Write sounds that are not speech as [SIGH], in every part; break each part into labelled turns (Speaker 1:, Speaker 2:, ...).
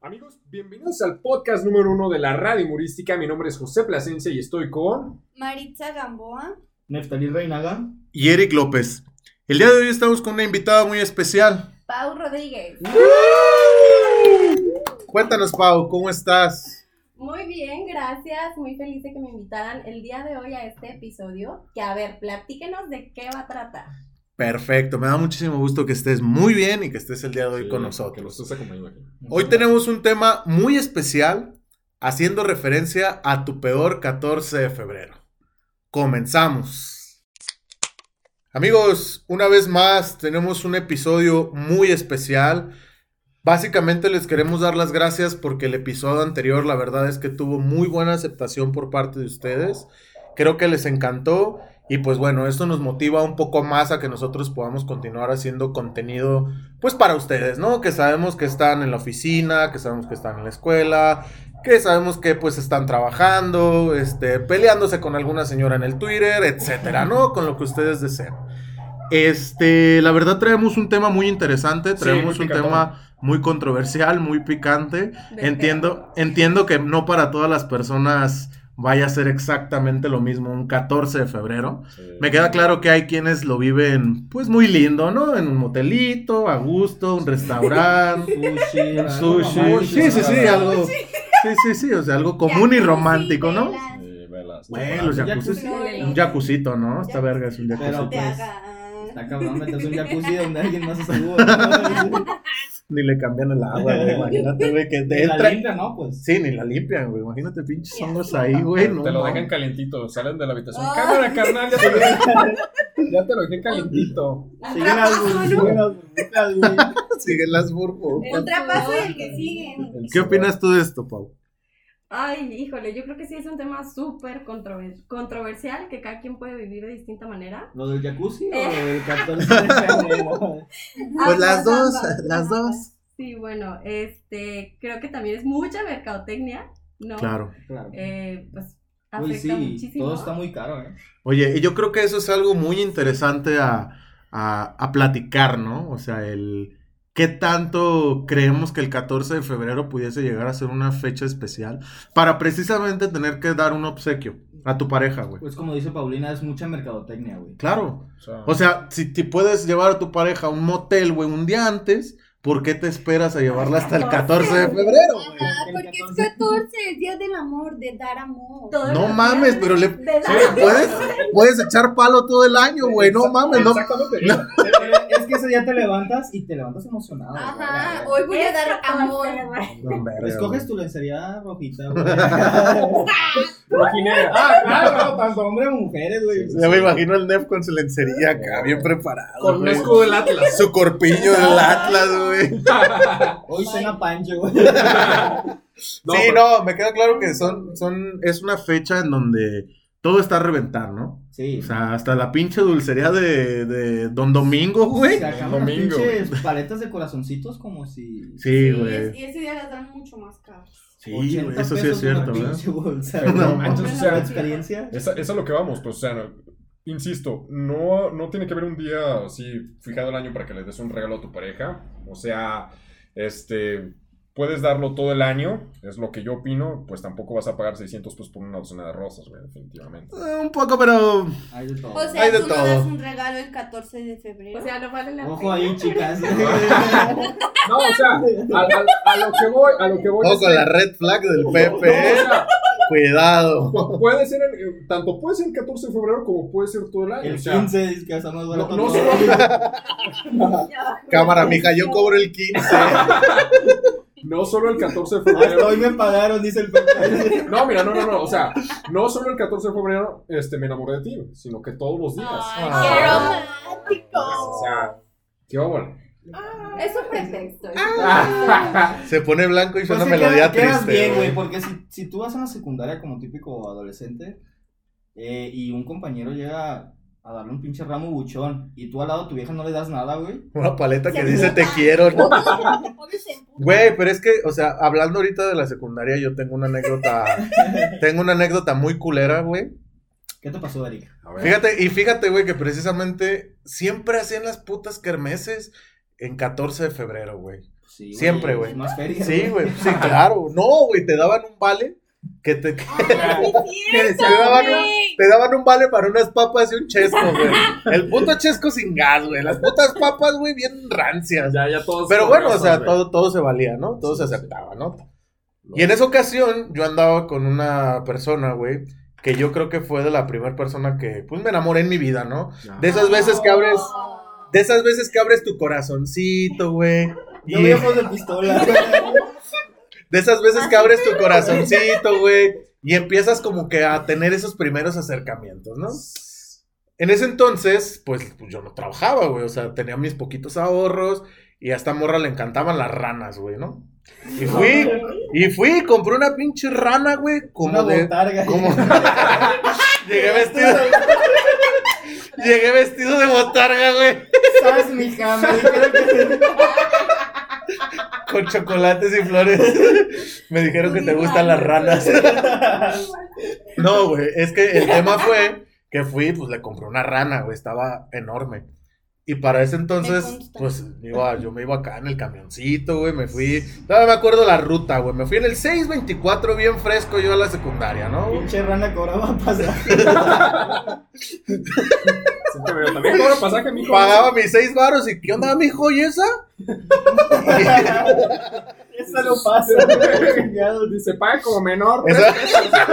Speaker 1: Amigos, bienvenidos al podcast número uno de la radio humorística. Mi nombre es José Plasencia y estoy con...
Speaker 2: Maritza Gamboa.
Speaker 3: Neftalí Reinaga.
Speaker 4: y Eric López. El día de hoy estamos con una invitada muy especial.
Speaker 2: Pau Rodríguez.
Speaker 4: Cuéntanos, Pau, ¿cómo estás?
Speaker 2: Muy bien, gracias. Muy feliz de que me invitaran el día de hoy a este episodio. Que a ver, platíquenos de qué va a tratar.
Speaker 4: Perfecto, me da muchísimo gusto que estés muy bien y que estés el día de hoy con
Speaker 1: Que nos
Speaker 4: nosotros.
Speaker 1: estás acompañando aquí.
Speaker 4: Hoy tenemos un tema muy especial haciendo referencia a tu peor 14 de febrero. Comenzamos. Amigos, una vez más tenemos un episodio muy especial. Básicamente les queremos dar las gracias porque el episodio anterior la verdad es que tuvo muy buena aceptación por parte de ustedes. Creo que les encantó y pues bueno, esto nos motiva un poco más a que nosotros podamos continuar haciendo contenido pues para ustedes, ¿no? Que sabemos que están en la oficina, que sabemos que están en la escuela, que sabemos que pues están trabajando, este, peleándose con alguna señora en el Twitter, etcétera, ¿no? Con lo que ustedes deseen. Este, la verdad traemos un tema muy interesante,
Speaker 1: Sí,
Speaker 4: traemos
Speaker 1: muy
Speaker 4: un
Speaker 1: picantón.
Speaker 4: tema muy controversial, muy picante.
Speaker 2: ¿De
Speaker 4: Entiendo, entiendo que no para todas las personas vaya a ser exactamente lo mismo un 14 de febrero. Me queda claro que hay quienes lo viven, pues muy lindo, ¿no? En un motelito, a gusto,
Speaker 3: [LAUGHS]
Speaker 4: un restaurante, [LAUGHS]
Speaker 3: Sushi.
Speaker 4: un sushi. Sí, sí, sí, algo. Sí, sí, sí, o sea, algo común y romántico, ¿no?
Speaker 1: Eh, velas.
Speaker 4: Bueno, los jacuzzis. Un jacuzito, ¿no? Esta verga es un
Speaker 3: Pero,
Speaker 4: jacuzzi.
Speaker 2: Te
Speaker 3: pues,
Speaker 2: hagan.
Speaker 3: Está cabrón meterse un jacuzzi donde alguien más se saluda.
Speaker 4: [LAUGHS] Ni le cambian el agua, güey. Imagínate, güey, [LAUGHS] que te
Speaker 3: La
Speaker 4: entra.
Speaker 3: limpia, ¿no? Pues.
Speaker 4: Sí, ni la limpian, güey. Imagínate pinches hongos ahí, güey. No,
Speaker 1: te lo
Speaker 4: mames.
Speaker 1: dejan calentito, salen de la habitación.
Speaker 3: Ah.
Speaker 2: Ay.
Speaker 1: Cámara, carnal, ya te lo dejé, ya te lo dejé calentito.
Speaker 3: Siguen las burbujas, las burbujas, güey.
Speaker 4: Siguen las burbujas.
Speaker 2: Un
Speaker 5: Pues,
Speaker 2: trapazo y el que sigue.
Speaker 4: ¿Qué opinas tú de esto, Pau?
Speaker 5: Ay, híjole, yo creo que sí es un tema súper controver- controversial que cada quien puede vivir de distinta manera.
Speaker 3: ¿Lo del jacuzzi o el 14 de febrero?
Speaker 4: Pues las dos, las
Speaker 2: las
Speaker 4: dos.
Speaker 5: Sí, bueno, este, creo que también es mucha mercadotecnia, ¿no?
Speaker 4: Claro.
Speaker 3: [LAUGHS] Claro.
Speaker 5: Eh, pues
Speaker 3: Uy,
Speaker 5: afecta
Speaker 3: sí,
Speaker 5: muchísimo.
Speaker 3: todo está muy caro, ¿eh?
Speaker 4: Oye, y yo creo que eso es algo muy interesante a, a- a platicar, ¿no? O sea, el qué tanto creemos que el 14 de febrero pudiese llegar a ser una fecha especial para precisamente tener que dar un obsequio a tu pareja, güey.
Speaker 3: Pues como dice Paulina, es mucha mercadotecnia, güey.
Speaker 4: Claro.
Speaker 1: O sea,
Speaker 4: O sea, si te puedes llevar a tu pareja a un motel, güey, un día antes, ¿por qué te esperas a llevarla hasta el 14 de febrero?
Speaker 2: porque es 14, el día del amor, de dar amor.
Speaker 5: Todo
Speaker 4: No
Speaker 5: lo-
Speaker 4: mames, pero le
Speaker 5: de la-
Speaker 4: puedes, puedes echar palo todo el año, güey. No mames, no.
Speaker 1: Exactamente.
Speaker 3: Es que ese día te levantas y te levantas emocionado. güey.
Speaker 2: Ajá, hoy voy a dar amor.
Speaker 4: No, verga,
Speaker 3: Escoges tu lencería rojita, güey.
Speaker 1: Rojinera.
Speaker 3: ah, claro, tanto hombre como mujeres, güey.
Speaker 4: Ya me imagino al Nef con su lencería acá, bien preparado.
Speaker 1: Con un
Speaker 4: güey.
Speaker 1: escudo del Atlas.
Speaker 4: Su corpiño del Atlas, güey.
Speaker 3: Hoy cena pancho, güey.
Speaker 1: No, pues,
Speaker 4: sí,
Speaker 1: pero-
Speaker 4: no, me queda claro que son, son, es una fecha en donde todo está a reventar, ¿no?
Speaker 3: Sí.
Speaker 4: O sea, hasta la pinche dulcería de, de Don Domingo, güey.
Speaker 3: Se acaban las
Speaker 1: domingo,
Speaker 3: pinches paletas de corazoncitos como si.
Speaker 4: Sí,
Speaker 5: Y es-
Speaker 4: güey.
Speaker 5: y ese día las dan mucho más caras.
Speaker 4: Sí,
Speaker 3: 80
Speaker 4: güey, eso sí es
Speaker 3: pesos una
Speaker 4: cierto, ¿verdad?
Speaker 3: pinche bolsa,
Speaker 1: Pero
Speaker 3: güey.
Speaker 4: no
Speaker 1: manches,
Speaker 3: Pero
Speaker 1: o sea,
Speaker 3: la experiencia.
Speaker 1: Esa- esa Es a lo que vamos, pues, o sea, no- insisto, no, no tiene que haber un día así fijado el año para que le des un regalo a tu pareja. O sea, este, puedes darlo todo el año, es lo que yo opino, pues tampoco vas a pagar 600 pesos por una docena de rosas, güey, definitivamente.
Speaker 4: Eh, Un poco, pero.
Speaker 3: Hay de todo.
Speaker 2: O sea,
Speaker 4: Hay de
Speaker 2: tú no
Speaker 4: todo.
Speaker 2: das un regalo el 14 de febrero.
Speaker 5: O sea, no vale la
Speaker 3: Ojo
Speaker 5: pena.
Speaker 3: ahí, chicas.
Speaker 1: No, o sea, a, a- a lo que voy, a lo que voy.
Speaker 4: Ojo
Speaker 1: es que-
Speaker 4: con la red flag del Pepe,
Speaker 1: No,
Speaker 4: eh.
Speaker 1: o sea,
Speaker 4: Cuidado.
Speaker 1: pu- puede ser, el- tanto puede ser el 14 de febrero como puede ser todo el año.
Speaker 3: El
Speaker 1: o sea,
Speaker 3: 15 es que está más
Speaker 1: no,
Speaker 3: barato.
Speaker 1: no
Speaker 3: ¿no?
Speaker 1: solo-
Speaker 4: Cámara, mija, yo cobro el 15.
Speaker 1: [LAUGHS] no solo el 14 de
Speaker 3: Hasta
Speaker 1: febrero.
Speaker 3: hoy me pagaron, dice el
Speaker 4: [LAUGHS]
Speaker 3: papá.
Speaker 1: No, mira, no, no, no. O sea, no solo el 14 de febrero este, me enamoré de ti, güey, sino que todos los días.
Speaker 2: Ah. Ay,
Speaker 4: Ah.
Speaker 2: qué
Speaker 1: O
Speaker 2: romántico.
Speaker 1: sea, qué óvole.
Speaker 5: Es un pretexto. es un
Speaker 4: Se pone blanco y
Speaker 3: Pues
Speaker 4: suena
Speaker 3: sí, quedas-
Speaker 4: melodía
Speaker 3: quedas
Speaker 4: triste.
Speaker 3: bien,
Speaker 4: güey.
Speaker 3: güey, porque si, si tú vas a una secundaria como típico adolescente eh, y un compañero llega a darle un pinche ramo buchón y tú al lado de tu vieja no le das nada, güey.
Speaker 4: Una paleta que
Speaker 2: Se
Speaker 4: dice te
Speaker 2: emputa.
Speaker 4: quiero, ¿no?
Speaker 2: Obvio se emputa.
Speaker 4: Güey, pero es que, o sea, hablando ahorita de la secundaria, yo tengo una anécdota, tengo una anécdota muy culera, güey.
Speaker 3: ¿Qué te pasó, Eric?
Speaker 1: A ver.
Speaker 4: Fíjate, y fíjate, güey, que precisamente siempre hacían las putas kermeses en 14 de febrero, güey.
Speaker 3: Pues Sí, güey,
Speaker 4: Siempre,
Speaker 3: es
Speaker 4: güey.
Speaker 3: Más feria.
Speaker 4: Sí, güey. Sí, claro. No, güey, te daban un vale que te, que
Speaker 2: [LAUGHS]
Speaker 5: ¡Ay, sí,
Speaker 4: te daban un,
Speaker 5: güey!
Speaker 4: te daban un vale para unas papas y un chesco, güey. El puto chesco sin gas, güey. Las putas papas, güey, bien rancias.
Speaker 1: Ya, ya todos.
Speaker 4: Pero bueno, o sea,
Speaker 1: correosos,
Speaker 4: todo, todo se valía, ¿no? Todo se
Speaker 1: Sí, sí.
Speaker 4: aceptaba, ¿no? Y en esa ocasión yo andaba con una persona, güey, que yo creo que fue de la primera persona que, pues, me enamoré en mi vida, ¿no?
Speaker 1: güey.
Speaker 4: De esas veces que abres, de esas veces que abres tu corazoncito, güey.
Speaker 3: Yo
Speaker 4: y-
Speaker 3: veo ojos de pistola.
Speaker 4: [LAUGHS] de esas veces que abres tu corazoncito, güey, y empiezas como que a tener esos primeros acercamientos, ¿no? En ese entonces, pues, pues, yo no trabajaba, güey, o sea, tenía mis poquitos ahorros y a esta morra le encantaban las ranas, güey, ¿no? Y fui, y fui, y compré una pinche rana, güey, como
Speaker 3: Una
Speaker 4: de...
Speaker 3: botarga. [LAUGHS]
Speaker 4: Como... Llegué vestido... Llegué vestido de botarga, güey,
Speaker 3: ¿Sabes, mija? Me dijeron que...
Speaker 4: con chocolates y flores. [LAUGHS] Me dijeron que te gustan las
Speaker 5: [LAUGHS]
Speaker 4: ranas. No, güey, es que el tema fue que fui, pues le compré una rana, güey, estaba enorme. Y para ese
Speaker 5: Me
Speaker 4: entonces,
Speaker 5: consta.
Speaker 4: pues iba, yo me iba acá en el camioncito, güey, me fui. Todavía me acuerdo la ruta, güey, me fui en el 624 bien fresco yo a la secundaria, ¿no?
Speaker 3: Pinche rana cobraba
Speaker 4: [LAUGHS]
Speaker 3: pasaje.
Speaker 1: Sí, pero también cobra pasaje, mijo. [LAUGHS]
Speaker 4: Pagaba mis seis varos y ¿qué onda, mijo? ¿Y esa?
Speaker 3: Eso no pasa. Chingado, dice.
Speaker 1: Se paga como menor. Tres,
Speaker 4: Esa,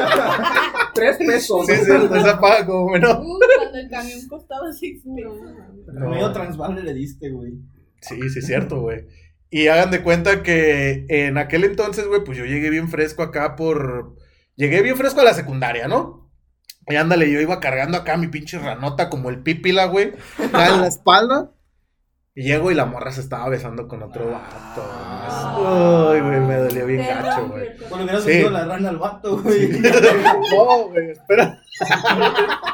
Speaker 1: tres pesos.
Speaker 4: sí, sí, esa paga como menos.
Speaker 5: Uh, cuando el camión costaba 6
Speaker 3: Medio transvale le diste, güey.
Speaker 4: Sí, sí, es cierto, güey. Y hagan de cuenta que en aquel entonces, güey, pues yo llegué bien fresco acá por. Llegué bien fresco a la secundaria, ¿no? Y ándale, yo iba cargando acá mi pinche ranota como el pípila, güey. acá en la espalda. Y llego y la morra se estaba besando con otro
Speaker 5: Ah.
Speaker 4: vato. Uy, güey, me dolió bien gacho, [LAUGHS] güey.
Speaker 3: Cuando hubieras
Speaker 4: Sí.
Speaker 3: metido la rana al vato, güey.
Speaker 4: No, güey, espera.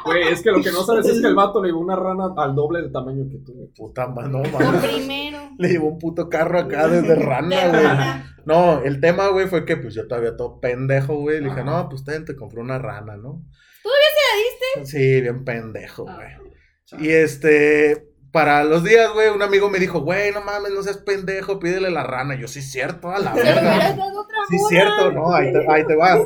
Speaker 1: Güey, es que lo que no sabes es que el vato le dio una rana al doble del tamaño que tú, güey.
Speaker 4: Puta mano,
Speaker 5: Lo
Speaker 4: mano.
Speaker 5: primero.
Speaker 4: Le llevó un puto carro acá desde rana,
Speaker 5: De [LAUGHS]
Speaker 4: güey.
Speaker 5: verdad.
Speaker 4: No, el tema, güey, fue que pues yo todavía todo pendejo, güey. Le dije, no, pues ten, te compré una rana, ¿no? ¿Todavía se la diste? Sí, bien pendejo, güey.
Speaker 3: [LAUGHS]
Speaker 4: Y este, para los días, güey, un amigo me dijo, güey, no mames, no seas pendejo, pídele la rana. Yo, [LAUGHS] sí, cierto, a la
Speaker 5: Se lo hubieras
Speaker 4: verga.
Speaker 5: dado otra
Speaker 4: Sí,
Speaker 5: morra.
Speaker 4: cierto, no, ahí te, ahí
Speaker 3: [LAUGHS]
Speaker 4: te va.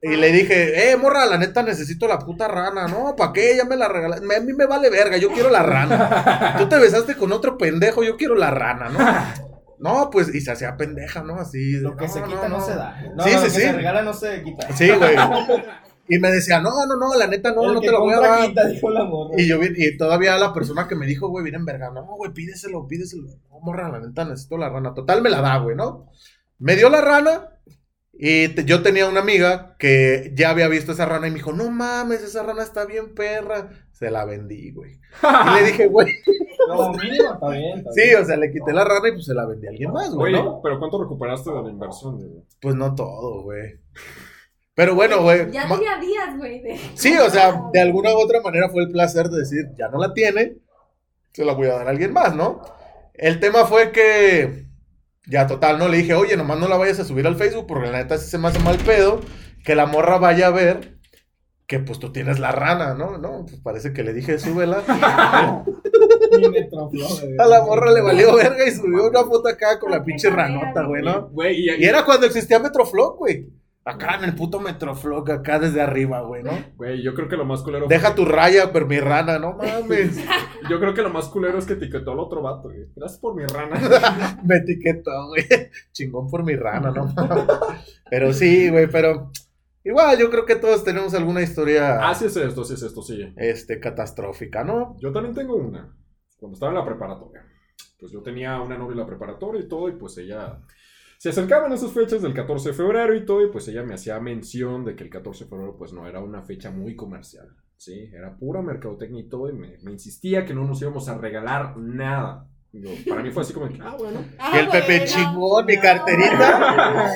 Speaker 4: Y le dije, eh, morra, la neta necesito la puta rana. No, ¿para qué? Ya me la regalaste. Me- A mí me vale verga, yo quiero
Speaker 3: [LAUGHS]
Speaker 4: la rana. Tú te besaste con otro pendejo, yo quiero la rana, ¿no? No, pues, y se hacía pendeja, ¿no? Así. de,
Speaker 3: Lo que se quita no se da. No,
Speaker 4: Sí,
Speaker 3: lo
Speaker 4: sí,
Speaker 3: que
Speaker 4: sí.
Speaker 3: se regala no se quita.
Speaker 4: Sí, güey. Y me decía, no, no, no, la neta no,
Speaker 3: El
Speaker 4: no
Speaker 3: que
Speaker 4: te la voy a
Speaker 3: compra
Speaker 4: dar.
Speaker 3: quita, dijo la morra.
Speaker 4: Y yo vi- y todavía la persona que me dijo, güey, viene en verga, no, güey, pídeselo, pídeselo. No, morra, la neta, necesito la rana. Total, me la da, güey, ¿no? Me dio la rana y te- yo tenía una amiga que ya había visto esa rana y me dijo, no mames, esa rana está bien perra. Se la vendí, güey. Y le dije, güey,
Speaker 3: Como mínimo, está bien. está
Speaker 4: sí,
Speaker 3: bien.
Speaker 4: o sea, le quité la rana y pues se la vendí a alguien más, güey,
Speaker 1: Oye,
Speaker 4: ¿no?
Speaker 1: pero ¿cuánto recuperaste de la inversión, güey?
Speaker 4: Pues no todo, güey. Pero bueno, güey.
Speaker 6: Ya
Speaker 4: ma-
Speaker 6: tenía días, güey. de-
Speaker 4: Sí, o sea, de alguna u otra manera fue el placer de decir, ya no la tiene, se la voy a dar a alguien más, ¿no? El tema fue que, ya total, no le dije, oye, nomás no la vayas a subir al Facebook porque la neta sí se me hace mal pedo que la morra vaya a ver que pues tú tienes la rana, ¿no? No, pues parece que le dije, súbela. [LAUGHS]
Speaker 3: Ni me trofló, güey.
Speaker 4: A la morra le valió verga y subió una foto acá con la pinche ranota, güey, ¿no?
Speaker 1: Güey, y,
Speaker 4: Y era cuando existía Metroflog, güey. Acá en el puto Metroflog, acá desde arriba, güey, ¿no?
Speaker 1: Güey, yo creo que lo más culero. fue-
Speaker 4: Deja tu raya, pero mi rana, no mames.
Speaker 1: Yo creo que lo más culero es que etiquetó al otro vato, güey. Gracias por mi
Speaker 4: [LAUGHS]
Speaker 1: rana.
Speaker 4: Me etiquetó, güey. [LAUGHS] Chingón por mi rana, ¿no? pero sí, güey, pero igual yo creo que todos tenemos alguna historia
Speaker 1: ah, sí es esto, sí es esto, sí.
Speaker 4: este, catastrófica, ¿no?
Speaker 1: Yo también tengo una. Cuando estaba en la preparatoria. Pues yo tenía una novia en la preparatoria y todo, y pues ella. Se acercaban esas fechas del 14 de febrero y todo, y pues ella me hacía mención de que el 14 de febrero pues no era una fecha muy comercial, ¿sí? Era pura mercadotecnia y todo, y me, me insistía que no nos íbamos a regalar nada. Y yo, para mí fue así como que, ah, bueno.
Speaker 5: Ah,
Speaker 4: Y el Pepe
Speaker 5: bueno.
Speaker 4: chingón, mi
Speaker 5: No,
Speaker 2: [LAUGHS]
Speaker 4: carterita.
Speaker 5: no, no, nada.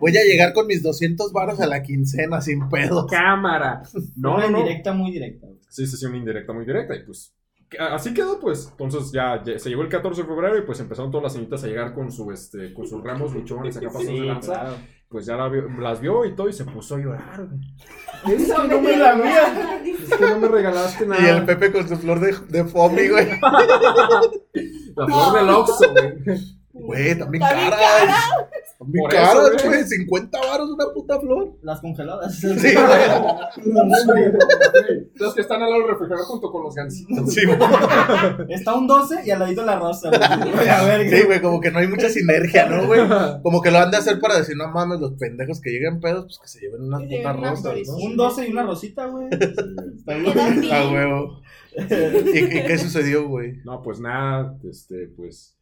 Speaker 4: Voy a llegar con mis 200 varos a la quincena sin pedo.
Speaker 1: Cámara. No,
Speaker 3: Una
Speaker 1: no, no.
Speaker 3: directa, muy directa. güey.
Speaker 1: Sí, sí, sí, una indirecta muy directa. Y pues, que- así quedó, pues. Entonces ya, ya se llegó el 14 de febrero y pues empezaron todas las señoritas a llegar con su este, con sus ramos luchones acá pasados de lanza.
Speaker 3: claro.
Speaker 1: Pues ya la vio- las vio y todo y se puso a llorar, güey.
Speaker 3: Es que no me la mía.
Speaker 1: Es que no me regalaste nada.
Speaker 4: Y el Pepe con su flor de, de foamy, güey.
Speaker 1: La flor del Oxxo, güey.
Speaker 4: Güey, también
Speaker 5: Está bien
Speaker 4: caras. También
Speaker 1: Por eso,
Speaker 4: caras,
Speaker 1: güey.
Speaker 4: güey. 50 varos una puta flor.
Speaker 3: Las congeladas. [LAUGHS]
Speaker 4: Sí, güey.
Speaker 1: Los que están al lado del refrigerador junto con los gansitos.
Speaker 4: Sí, güey.
Speaker 3: Está un 12 y al ladito la rosa. güey. A ver,
Speaker 4: Sí, güey, como que no hay mucha sinergia, ¿no, güey? Como que lo han de hacer para decir, no mames, los pendejos que lleguen pedos, pues que se lleven unas
Speaker 5: Que se
Speaker 4: putas
Speaker 5: lleven unas
Speaker 4: rosas, ¿no?
Speaker 3: Un 12 y una rosita, güey. Está bien.
Speaker 5: Quedan bien.
Speaker 4: A huevo. ¿Y, y qué sucedió, güey?
Speaker 1: [LAUGHS] No, pues nada, este, pues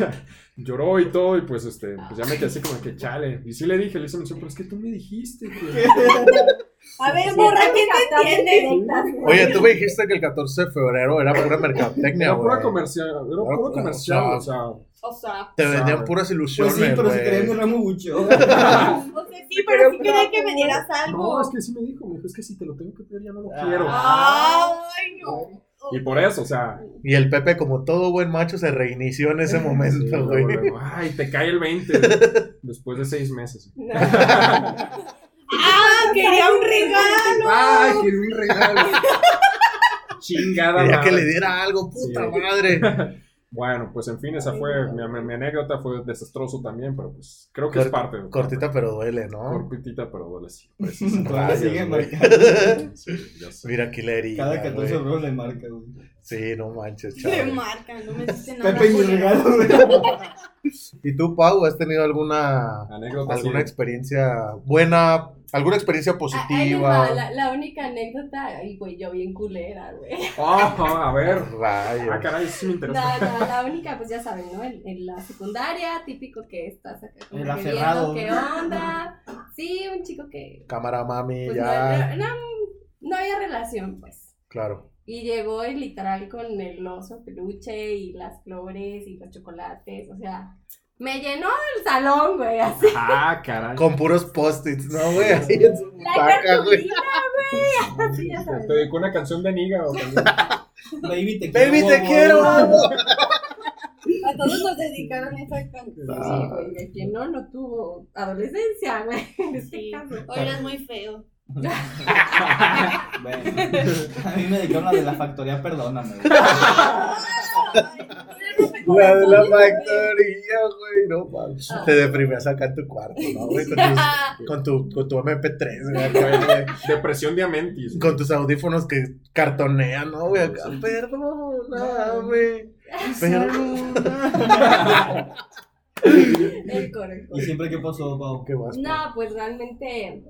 Speaker 1: [LAUGHS] lloró y todo, y pues este, pues ya me quedé así como que chale. Y sí le dije, le hice mención, pero es que tú me dijiste, güey.
Speaker 5: A ver, borra, ¿quién te entiende?
Speaker 4: Oye, tú me dijiste que el 14 de febrero era pura mercadotecnia,
Speaker 1: Era pura
Speaker 4: güey.
Speaker 1: comercial, era
Speaker 4: Era
Speaker 1: puro
Speaker 4: pura-
Speaker 1: comercial, o
Speaker 4: o
Speaker 1: sea,
Speaker 5: O sea,
Speaker 4: Te vendían
Speaker 1: Sabe.
Speaker 4: puras
Speaker 3: Pues
Speaker 4: ilusiones,
Speaker 3: sí, pero si
Speaker 4: güey.
Speaker 3: querían mi ramo mucho.
Speaker 5: o sea, sí, pero sí quería que me dieras
Speaker 1: no,
Speaker 5: algo.
Speaker 1: es que sí me dijo, me dijo, es que si te lo tengo que pedir ya no lo
Speaker 3: Ah.
Speaker 1: quiero.
Speaker 5: Ay, no.
Speaker 1: Y por eso, o sea,
Speaker 4: Y el Pepe, como todo buen macho, se reinició en ese
Speaker 1: sí,
Speaker 4: momento,
Speaker 1: luego,
Speaker 4: güey.
Speaker 1: luego, ay, te cae el 20 después de seis meses.
Speaker 5: Ah, quería un regalo.
Speaker 1: Ay, quería un regalo. Chingada
Speaker 4: Quería que
Speaker 1: madre.
Speaker 4: le diera algo, puta
Speaker 1: Sí.
Speaker 4: madre.
Speaker 1: Bueno, pues en fin, esa fue mi, mi- mi anécdota, fue desastroso también, pero pues creo que es
Speaker 4: Cor-
Speaker 1: parte. de-
Speaker 4: Cortita, pero duele, ¿no?
Speaker 1: Cortita, pero duele
Speaker 4: [LAUGHS]
Speaker 1: sí.
Speaker 3: Todavía sigue
Speaker 1: güey.
Speaker 3: marcando.
Speaker 1: Sí, ya sé.
Speaker 4: Mira, Kileri.
Speaker 3: Cada 14 euros le marca, güey.
Speaker 4: Sí, no manches,
Speaker 5: Le
Speaker 4: chaval.
Speaker 5: marcan, no me dice nada.
Speaker 3: Pepe y mi
Speaker 5: Julio.
Speaker 3: regalo, güey.
Speaker 4: ¿Y tú, Pau, has tenido alguna,
Speaker 1: Anécdota
Speaker 4: alguna
Speaker 1: sí.
Speaker 4: experiencia buena, alguna experiencia
Speaker 5: Ah, ahí les va,
Speaker 4: positiva?
Speaker 5: la, la única anécdota, ay, güey, yo bien culera, güey.
Speaker 1: Ah, a ver. Ah,
Speaker 4: Rayos.
Speaker 1: caray, sí me interesa.
Speaker 5: La, la, la única, pues ya saben, ¿no? En, en la secundaria, típico que estás acá como
Speaker 3: El
Speaker 5: que
Speaker 3: aferrado.
Speaker 5: viendo qué onda. Sí, un chico que
Speaker 4: Cámara, mami,
Speaker 5: pues, no,
Speaker 4: ya.
Speaker 5: no- no había relación, pues.
Speaker 4: Claro.
Speaker 5: Y llegó y literal con el oso peluche y las flores y los chocolates, o sea, me llenó el salón, güey, así.
Speaker 1: Ah, caray.
Speaker 4: Con puros post-its, ¿no, güey? Así en su
Speaker 5: La
Speaker 4: butaca, güey. [LAUGHS]
Speaker 5: cartulina, güey, así ya
Speaker 1: Te
Speaker 5: sabes.
Speaker 1: dedicó una canción de Niga o también.
Speaker 3: Baby, te quiero.
Speaker 4: Baby, te
Speaker 3: bobo.
Speaker 4: quiero.
Speaker 5: A todos nos dedicaron esa canción.
Speaker 4: Ah.
Speaker 5: Sí, güey, de quien no, no tuvo adolescencia, güey, [LAUGHS] en este
Speaker 7: Sí.
Speaker 5: caso.
Speaker 2: Oiga, es muy feo.
Speaker 3: Bueno, [LAUGHS] a mí me dedicaron la de la factoría, perdóname. güey.
Speaker 4: La de la factoría, güey, no mames.
Speaker 5: Ah.
Speaker 4: Te deprimías acá en tu cuarto, ¿no, güey? Con, tus- con tu, con tu MP3, güey, acá, güey.
Speaker 1: Depresión diamantis.
Speaker 4: Con tus audífonos que cartonean, ¿no, güey? Acá, perdóname.
Speaker 5: [LAUGHS]
Speaker 4: Perdóname.
Speaker 5: El coro, el coro.
Speaker 3: ¿Y siempre qué pasó, Pau?
Speaker 4: ¿Qué más?
Speaker 5: No, pues realmente,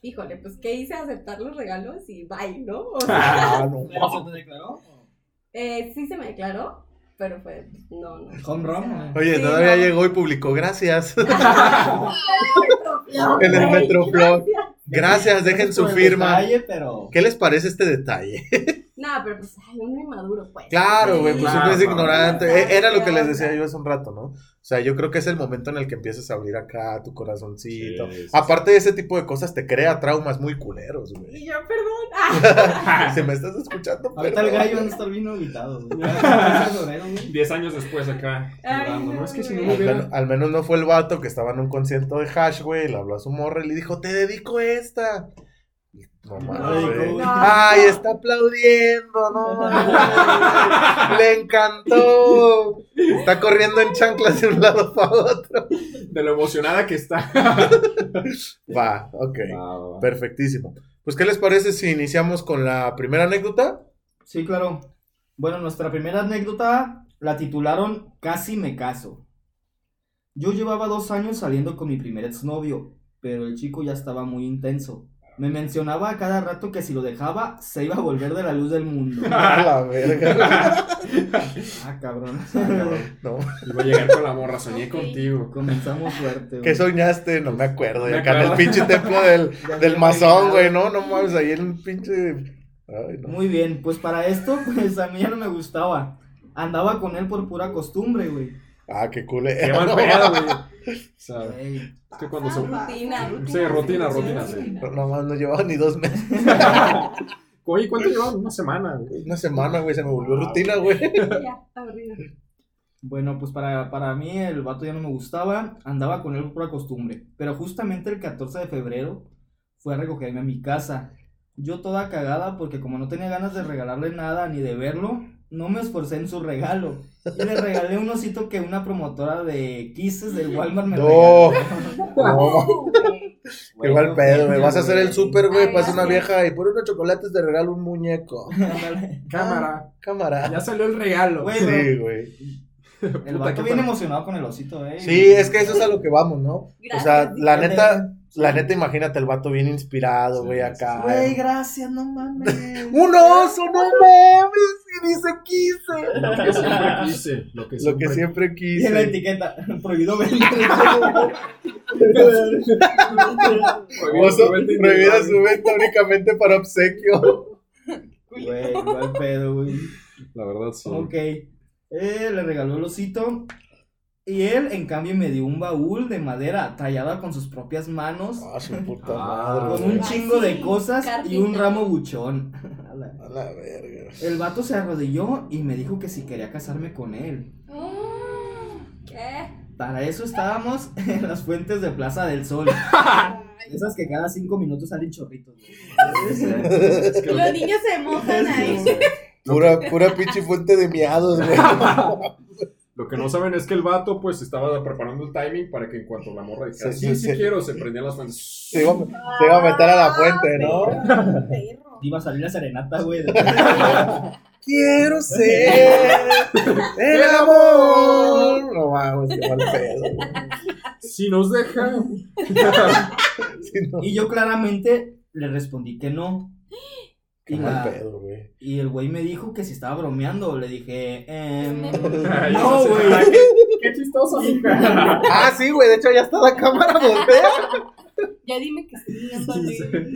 Speaker 5: híjole, pues que hice aceptar los regalos y bye, ¿no? O sea,
Speaker 4: Ah, no.
Speaker 3: ¿Pero se te declaró?
Speaker 5: eh, sí se me declaró, pero pues no, no.
Speaker 3: Home run,
Speaker 5: O sea,
Speaker 3: güey.
Speaker 4: Oye,
Speaker 5: sí,
Speaker 4: todavía
Speaker 5: no.
Speaker 4: llegó y publicó, gracias.
Speaker 5: No,
Speaker 4: En el
Speaker 5: güey.
Speaker 4: Metroflog. Gracias, Pues dejen su
Speaker 3: Por el
Speaker 4: firma.
Speaker 3: detalle, pero...
Speaker 4: ¿Qué les parece este detalle? [LAUGHS]
Speaker 5: No, pero pues, ay, uno inmaduro, pues.
Speaker 4: Claro, güey, pues uno
Speaker 1: Claro.
Speaker 4: es ignorante.
Speaker 5: Claro.
Speaker 4: E- Era lo que les decía yo hace un rato, ¿no? O sea, yo creo que es el momento en el que empiezas a abrir acá tu corazoncito.
Speaker 1: Sí, sí, sí.
Speaker 4: Aparte de ese tipo de cosas, te crea traumas muy culeros, güey.
Speaker 5: Y yo, perdón. Ah,
Speaker 4: Si me estás escuchando,
Speaker 3: Ahorita el
Speaker 4: perdón.
Speaker 3: gallo no está bien invitado, güey. Ya, el febrero,
Speaker 1: [LAUGHS]
Speaker 3: güey.
Speaker 1: Diez años después acá.
Speaker 5: Ay,
Speaker 1: llorando,
Speaker 5: no,
Speaker 1: no, es que si no me
Speaker 5: güey.
Speaker 4: Al,
Speaker 1: hubiera.
Speaker 4: men- al menos no fue el vato que estaba en un concierto de Hash, güey. Le habló a su morra y le dijo, te dedico esta. Y, No mames.
Speaker 3: güey.
Speaker 4: güey.
Speaker 5: no.
Speaker 4: Ay, está aplaudiendo, no mames. [LAUGHS] Le encantó. Está corriendo en chanclas de un lado para otro.
Speaker 1: De lo emocionada que está.
Speaker 4: Va, ok.
Speaker 1: Va, va, va.
Speaker 4: Perfectísimo. Pues, ¿qué les parece si iniciamos con la primera anécdota?
Speaker 3: Sí, claro. Bueno, nuestra primera anécdota la titularon Casi me caso. Yo llevaba dos años saliendo con mi primer exnovio, pero el chico ya estaba muy intenso. Me mencionaba a cada rato que si lo dejaba, se iba a volver de la luz del mundo.
Speaker 4: A
Speaker 1: Ah. [LAUGHS]
Speaker 4: la verga.
Speaker 3: Ah, cabrón. [LAUGHS]
Speaker 4: No,
Speaker 1: Iba a llegar con la morra, soñé
Speaker 3: [LAUGHS]
Speaker 2: Ok.
Speaker 1: contigo.
Speaker 3: Comenzamos fuerte. güey.
Speaker 4: ¿Qué soñaste? No me acuerdo. Y
Speaker 1: Me
Speaker 4: acá en el
Speaker 1: acuerdo.
Speaker 4: pinche templo del,
Speaker 3: Ya
Speaker 4: del
Speaker 3: no
Speaker 4: mazón,
Speaker 3: me
Speaker 4: güey, ¿no? No mames, ahí en un pinche. Ay, no.
Speaker 3: Muy bien, pues para esto, [LAUGHS] pues a mí ya no me gustaba. Andaba con él por pura costumbre, güey.
Speaker 4: Ah, qué cool. eh.
Speaker 1: Qué mal pedo, güey. O sea,
Speaker 3: Ey.
Speaker 1: es que cuando se.
Speaker 5: rutina, rutina.
Speaker 1: Sí, rutina, rutina, sí.
Speaker 4: No, no mames, no llevaba ni dos meses.
Speaker 1: [LAUGHS] Oye, ¿cuánto llevan? Una semana, güey.
Speaker 4: Una semana, güey, se me volvió
Speaker 1: Ah,
Speaker 4: rutina, güey.
Speaker 1: [LAUGHS]
Speaker 5: Ya, aburrido.
Speaker 3: Bueno, pues para, para mí el vato ya no me gustaba, andaba con él por costumbre. Pero justamente el 14 de febrero fue a recogerme a mi casa. Yo toda cagada porque como no tenía ganas de regalarle nada ni de verlo, No me esforcé en su regalo. Y le regalé un osito que una promotora de Kisses del Walmart me
Speaker 4: [LAUGHS] No.
Speaker 3: regaló.
Speaker 4: No,
Speaker 5: Güey,
Speaker 4: qué mal pedo, güey. Vas a hacer el súper, güey.
Speaker 5: Ay,
Speaker 4: Pasa una
Speaker 5: sí.
Speaker 4: vieja y por unos chocolates te regalo un muñeco.
Speaker 3: Ándale.
Speaker 1: Cámara.
Speaker 4: Cámara.
Speaker 1: Ya salió el regalo.
Speaker 3: Ah. Güey,
Speaker 4: Sí, güey.
Speaker 3: el
Speaker 1: qué
Speaker 3: vato bien
Speaker 1: padre.
Speaker 3: emocionado con el osito, eh.
Speaker 4: Sí, es que eso es a lo que vamos, ¿no? O
Speaker 5: [LAUGHS]
Speaker 4: sea,
Speaker 5: gracias,
Speaker 4: la
Speaker 5: dígame.
Speaker 4: neta, la neta, imagínate el vato bien inspirado,
Speaker 1: Sí,
Speaker 4: güey,
Speaker 1: sí,
Speaker 4: acá.
Speaker 3: Güey, gracias, no mames.
Speaker 4: [LAUGHS] Un oso, no mames, y dice quise.
Speaker 1: Lo que siempre quise. Lo que
Speaker 4: Lo
Speaker 1: siempre,
Speaker 4: que siempre
Speaker 3: Y en la
Speaker 4: quise.
Speaker 3: etiqueta, [LAUGHS] prohibido vender.
Speaker 1: Prohibido
Speaker 4: Oso,
Speaker 1: su venta
Speaker 4: [LAUGHS] prohibida
Speaker 1: individual.
Speaker 4: su venta únicamente para obsequio.
Speaker 3: Güey, mal pedo, güey.
Speaker 1: La verdad, sí.
Speaker 3: [LAUGHS] Ok. Eh, le regaló el osito. Y él, en cambio, me dio un baúl de madera tallada con sus propias manos.
Speaker 4: Ah, su puta
Speaker 1: Ah,
Speaker 4: madre,
Speaker 3: Con
Speaker 4: güey.
Speaker 3: un chingo de
Speaker 5: sí,
Speaker 3: cosas y un
Speaker 5: carpintero.
Speaker 3: ramo buchón. [LAUGHS] A la-
Speaker 4: A la verga.
Speaker 3: El vato se arrodilló y me dijo que si quería casarme con él.
Speaker 5: Oh, ¿Qué?
Speaker 3: Para eso estábamos [LAUGHS] en las fuentes de Plaza del Sol. Esas que cada cinco minutos salen chorritos. güey.
Speaker 1: Es que lo
Speaker 5: Los
Speaker 1: que-
Speaker 5: niños se mojan ahí.
Speaker 4: Pura, pura pinche fuente de
Speaker 3: [LAUGHS]
Speaker 4: miados, güey.
Speaker 1: Lo que no saben es que el vato pues estaba preparando el timing para que en cuanto la morra dijera,
Speaker 4: Sí,
Speaker 1: sí,
Speaker 4: sí,
Speaker 1: sí,
Speaker 4: sí.
Speaker 1: quiero, se prendía las fuentes.
Speaker 4: Se iba, a- se iba a meter a la fuente,
Speaker 3: Ah,
Speaker 4: ¿no?
Speaker 5: Perro, perro.
Speaker 3: Iba a salir la serenata, güey.
Speaker 4: Quiero ser el amor. No vamos, qué mal pedo. güey.
Speaker 1: Si nos deja.
Speaker 4: Sí, no,
Speaker 3: Y yo claramente le respondí que no.
Speaker 4: qué
Speaker 3: Y,
Speaker 4: mal
Speaker 3: la-
Speaker 4: pedo, güey.
Speaker 3: y el güey me dijo que si estaba bromeando. Le dije, em,
Speaker 1: Ay,
Speaker 3: No,
Speaker 1: eso se-
Speaker 3: güey.
Speaker 1: Ay, qué- Qué chistoso, mija.
Speaker 4: Ah, sí, güey. De hecho, ya está la cámara voltea.
Speaker 5: Ya dime que sí, Anthony.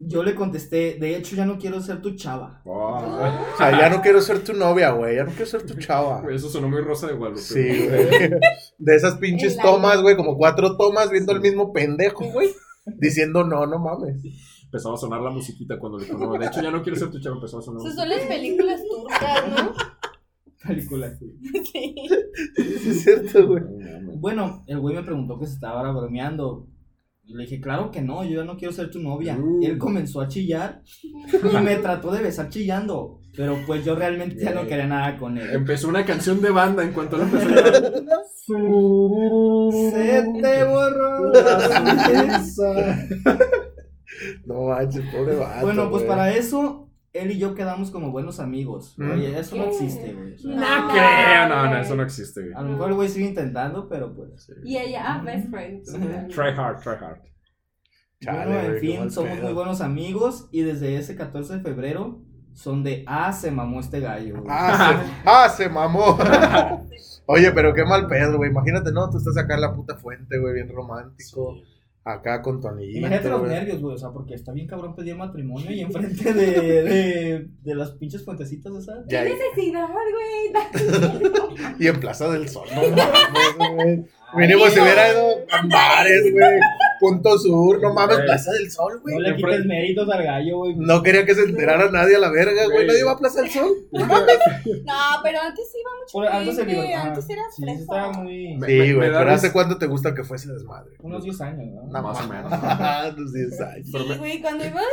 Speaker 3: yo le contesté, de hecho ya no quiero ser tu chava.
Speaker 1: Ah,
Speaker 4: O sea, ya no quiero ser tu novia, güey. Ya no quiero ser tu chava.
Speaker 1: güey, eso sonó muy rosa de Guadalupe.
Speaker 4: Sí, güey. De esas pinches
Speaker 5: El
Speaker 4: tomas,
Speaker 5: aire.
Speaker 4: güey. Como cuatro tomas viendo al mismo pendejo, güey. Diciendo no, no mames.
Speaker 1: Empezaba a sonar la musiquita cuando le dijo, no, de hecho ya no quiero ser tu chavo, empezó a sonar.
Speaker 5: Esas son las películas turcas, ¿no?
Speaker 3: Película.
Speaker 5: Sí.
Speaker 4: Sí, es cierto, güey.
Speaker 1: No, mames.
Speaker 3: Bueno, el güey me preguntó que si estaba bromeando. Y le dije, claro que no, yo ya no quiero ser tu novia.
Speaker 1: Uh.
Speaker 3: Y él comenzó a chillar y me trató de besar chillando. Pero pues yo realmente ya no
Speaker 4: Güey.
Speaker 3: quería nada con él.
Speaker 1: Empezó una canción de banda en cuanto la empezó a grabar.
Speaker 3: Se te borró la
Speaker 4: [LAUGHS]
Speaker 3: sonrisa.
Speaker 4: No manches, pobre vato.
Speaker 3: Bueno, pues
Speaker 4: güey.
Speaker 3: para eso, él y yo quedamos como buenos amigos.
Speaker 4: Mm.
Speaker 3: Oye, eso no
Speaker 5: ¿Qué?
Speaker 3: existe, güey. O sea,
Speaker 1: No creo, no, no, eso no existe, güey.
Speaker 3: A lo mejor el güey sigue intentando, pero pues.
Speaker 1: Sí.
Speaker 5: Y ella, ah, best friends. o sea.
Speaker 1: Try hard, try hard.
Speaker 4: Chale,
Speaker 3: bueno,
Speaker 4: güey,
Speaker 3: en
Speaker 4: qué mal
Speaker 3: fin, somos
Speaker 4: pedo.
Speaker 3: muy buenos amigos y desde ese 14 de febrero son de ah, se mamó este gallo. güey".
Speaker 4: Ah, se, ah,
Speaker 3: [LAUGHS]
Speaker 4: se mamó. Oye, pero qué mal pedo, güey. Imagínate, no, tú estás acá en la puta fuente, güey, bien romántico. Acá con tu anillito.
Speaker 3: Imagínate los
Speaker 4: güey.
Speaker 3: nervios, güey, o sea, porque está bien cabrón pedir matrimonio y enfrente de, de, de las pinches fuentecitas, o sea.
Speaker 4: Y
Speaker 5: ¿Qué
Speaker 4: ahí-
Speaker 5: necesidad, güey?
Speaker 4: y en Plaza del Sol, no mames,
Speaker 3: [LAUGHS]
Speaker 4: güey. Mínimo si hubiera ido a bares, güey. Punto Sur, no mames,
Speaker 1: Güey.
Speaker 4: Plaza del Sol, güey.
Speaker 3: No le quites méritos al gallo, güey.
Speaker 4: No quería que se enterara nadie a la verga, güey.
Speaker 1: Güey.
Speaker 4: Nadie va a Plaza del Sol.
Speaker 5: No, pero antes iba
Speaker 3: Por- Antes, se
Speaker 5: Sí,
Speaker 3: liberó- ah,
Speaker 5: antes era
Speaker 3: Sí,
Speaker 5: fresa.
Speaker 3: estaba muy.
Speaker 1: Me-
Speaker 4: Sí, güey,
Speaker 1: da
Speaker 4: pero ¿hace
Speaker 1: res-
Speaker 4: cuánto te gusta que fuese desmadre? [LAUGHS]
Speaker 3: Unos 10 años, ¿no?
Speaker 4: Nada
Speaker 1: Más o
Speaker 4: más. Unos 10 años.
Speaker 1: Pero
Speaker 5: Sí,
Speaker 1: me-
Speaker 5: güey, cuando ibas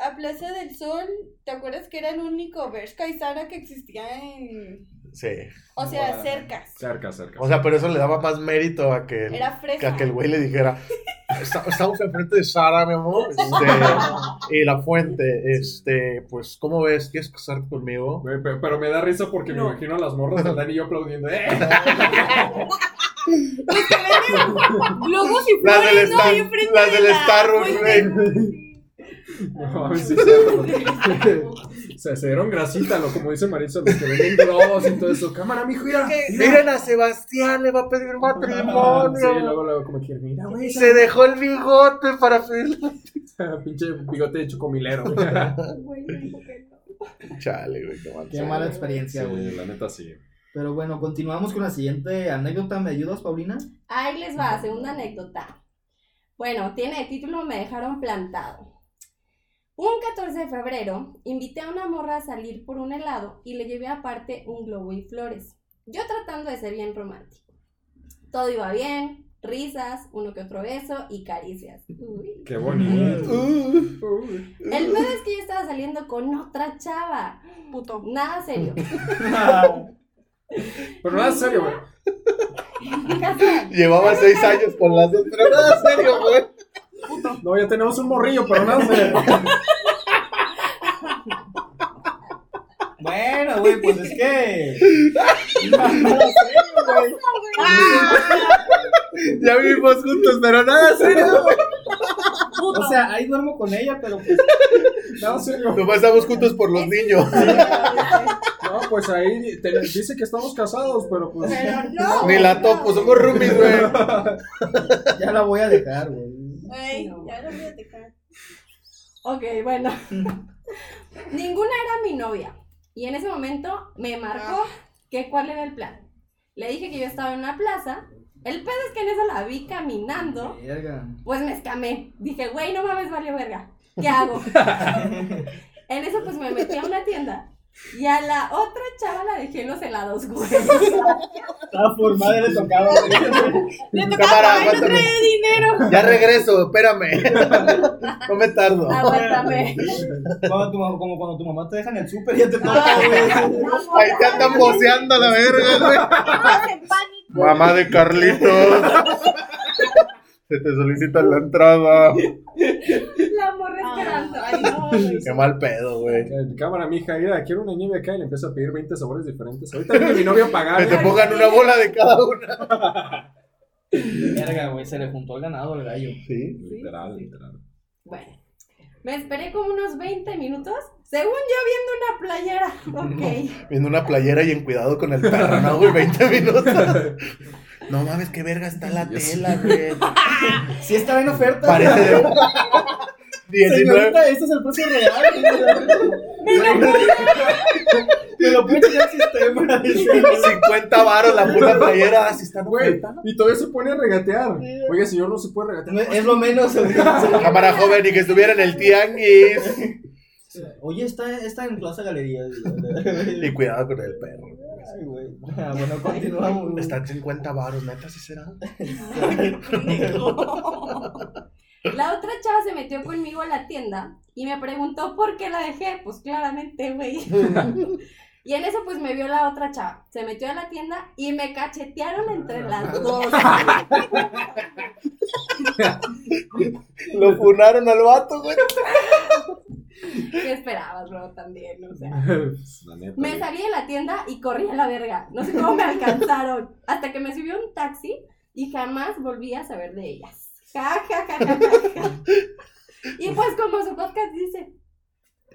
Speaker 5: a Plaza del Sol, ¿te acuerdas que era el único Bershka y Sara que existía en.
Speaker 4: Sí.
Speaker 5: O sea,
Speaker 3: Guadalajara.
Speaker 5: cerca.
Speaker 1: Cerca, cerca.
Speaker 4: O sea, pero eso le daba más mérito a que el,
Speaker 5: Era
Speaker 4: que
Speaker 5: fresa.
Speaker 4: a que
Speaker 5: [LAUGHS]
Speaker 4: el güey le dijera, "Esta- estamos enfrente de Sara, mi amor, este, y la fuente, este, pues, ¿cómo ves? ¿Quieres casarte conmigo?
Speaker 1: Güey, pe- pero me da risa porque me imagino a las morras del Dani y yo aplaudiendo. ¡Eh!
Speaker 5: Globos y
Speaker 4: Las del
Speaker 5: flores, ¿no?
Speaker 4: Star-
Speaker 5: Ahí enfrente
Speaker 4: las
Speaker 5: de
Speaker 4: del
Speaker 5: la
Speaker 4: Starbucks,
Speaker 5: fuente,
Speaker 4: güey.
Speaker 5: ¿no? Sí.
Speaker 1: No, pues, a ver si se- [LAUGHS] se, se dieron grasita, lo como dice Marisa, los que venden globos y todo eso. Cámara, mijo, mira.
Speaker 4: Miren a Sebastián, le va a pedir
Speaker 1: Ah, Sí,
Speaker 4: matrimonio.
Speaker 1: luego, luego, como que mira, güey,
Speaker 4: Se dejó el bigote para pedirle.
Speaker 1: esa pinche bigote de [LAUGHS] chocomilero.
Speaker 5: Güey, me dijo que no.
Speaker 4: Chale, güey, qué mal.
Speaker 3: Qué mala experiencia, güey.
Speaker 1: Sí, la neta sí.
Speaker 3: Pero bueno, continuamos con la siguiente anécdota. ¿Me ayudas, Paulina?
Speaker 5: Ahí les va, segunda anécdota. Bueno, tiene de título Me dejaron plantado. Un 14 de febrero invité a una morra a salir por un helado y le llevé aparte un globo y flores. Yo tratando de ser bien romántico. Todo iba bien, risas, uno que otro beso y caricias. Uy.
Speaker 1: Qué bonito.
Speaker 5: El pedo es que yo estaba saliendo con otra chava.
Speaker 2: Puto.
Speaker 5: Nada serio.
Speaker 1: Pero nada serio, güey.
Speaker 5: Casual.
Speaker 4: Llevaba seis años con las dos, pero nada serio, güey.
Speaker 1: No, ya tenemos un morrillo, pero nada [LAUGHS] serio.
Speaker 3: [LAUGHS] Bueno, güey, pues es que.
Speaker 4: Ya vivimos juntos, pero nada serio, güey.
Speaker 3: O sea, ahí duermo con ella, pero pues.
Speaker 1: Nada serio.
Speaker 4: Nomás estamos juntos por los niños.
Speaker 1: No, pues ahí te- dice que estamos casados, pero pues.
Speaker 5: Pero [LAUGHS] no.
Speaker 4: Ni la topo, somos roomies, güey.
Speaker 3: [LAUGHS] Ya la voy a dejar, güey.
Speaker 2: Güey,
Speaker 6: No.
Speaker 2: ya lo voy a dejar.
Speaker 5: Ok, bueno. [LAUGHS] Ninguna era mi novia. Y en ese momento me
Speaker 2: Ah.
Speaker 5: marcó que cuál era el plan. Le dije que yo estaba en una plaza. El pedo es que en eso la vi caminando.
Speaker 3: Verga.
Speaker 5: Pues me escamé. Dije, güey, no mames, vale verga. ¿Qué
Speaker 2: [LAUGHS]
Speaker 5: hago? en eso pues me metí a una tienda. Y a la otra chava la dejé en los helados,
Speaker 2: [LAUGHS]
Speaker 5: güey.
Speaker 3: Estaba formada, Ah, le tocaba, güey.
Speaker 2: Le tocaba
Speaker 4: Cámara,
Speaker 2: pagar y no
Speaker 4: aguántame.
Speaker 2: trae
Speaker 4: [LAUGHS]
Speaker 2: dinero.
Speaker 4: Ya regreso, espérame. No me tardo.
Speaker 5: Aguántame.
Speaker 2: Ah.
Speaker 3: Cuando tu mam- Como cuando tu mamá te deja en el súper, ya te toca, [LAUGHS] güey.
Speaker 4: Ahí te andan boceando a la verga, güey.
Speaker 2: Estamos en pánico.
Speaker 4: Mamá de Carlitos. Se te solicita la entrada.
Speaker 5: La morra esperando.
Speaker 2: Ah, Ay, no, güey.
Speaker 4: Qué mal pedo, güey.
Speaker 1: En eh, cámara, mija, mira, quiero una nieve acá y le empieza a pedir 20 sabores diferentes. Ahorita viene mi novia a
Speaker 4: Que
Speaker 1: pagar. ¿eh?
Speaker 4: te pongan una bola de cada una.
Speaker 3: Verga, güey, se le juntó el ganado al gallo.
Speaker 4: Sí.
Speaker 1: Literal, literal.
Speaker 5: Bueno, me esperé como unos 20 minutos, según yo viendo una playera. Ok.
Speaker 4: Viendo una playera y en cuidado con el perro, ¿no, güey? 20 minutos. No mames, qué verga está la
Speaker 1: Dios.
Speaker 4: tela, güey.
Speaker 3: Sí, estaba en oferta.
Speaker 4: Parece de. 19.
Speaker 3: Señorita, este es el precio
Speaker 4: [LAUGHS]
Speaker 3: real. Me lo pude tirar al sistema. dice.
Speaker 4: 50 varos la puta playera. Así está,
Speaker 1: Güey,
Speaker 4: güey.
Speaker 1: y todavía se pone a regatear.
Speaker 2: Sí.
Speaker 1: Oiga, señor, no se puede regatear.
Speaker 3: No, Es lo
Speaker 4: [LAUGHS]
Speaker 3: menos. güey.
Speaker 4: Cámara joven y que estuviera en el tianguis.
Speaker 3: Oye, está, está en Plaza
Speaker 4: [LAUGHS]
Speaker 3: Galería.
Speaker 4: Y
Speaker 3: güey.
Speaker 4: cuidado con el perro.
Speaker 3: Ay, güey. Ah, Bueno, continuamos. güey.
Speaker 4: Están 50 varos, neta, sí será.
Speaker 5: [LAUGHS] La otra chava se metió conmigo a la tienda y me preguntó por qué la dejé. Pues claramente, güey. Y en eso pues me vio la otra chava. Se metió a la tienda y me cachetearon entre las dos.
Speaker 4: [LAUGHS] Lo funaron al vato, güey.
Speaker 5: ¿Qué esperabas, bro? También, o sea.
Speaker 1: Pues, La neta.
Speaker 5: Me salí de la tienda y corrí a la verga. No sé
Speaker 4: [LAUGHS]
Speaker 5: cómo me alcanzaron. Hasta que me subió un taxi y jamás volví a saber de ellas. Ja, ja, ja, ja, ja, ja. Y pues como su podcast dice,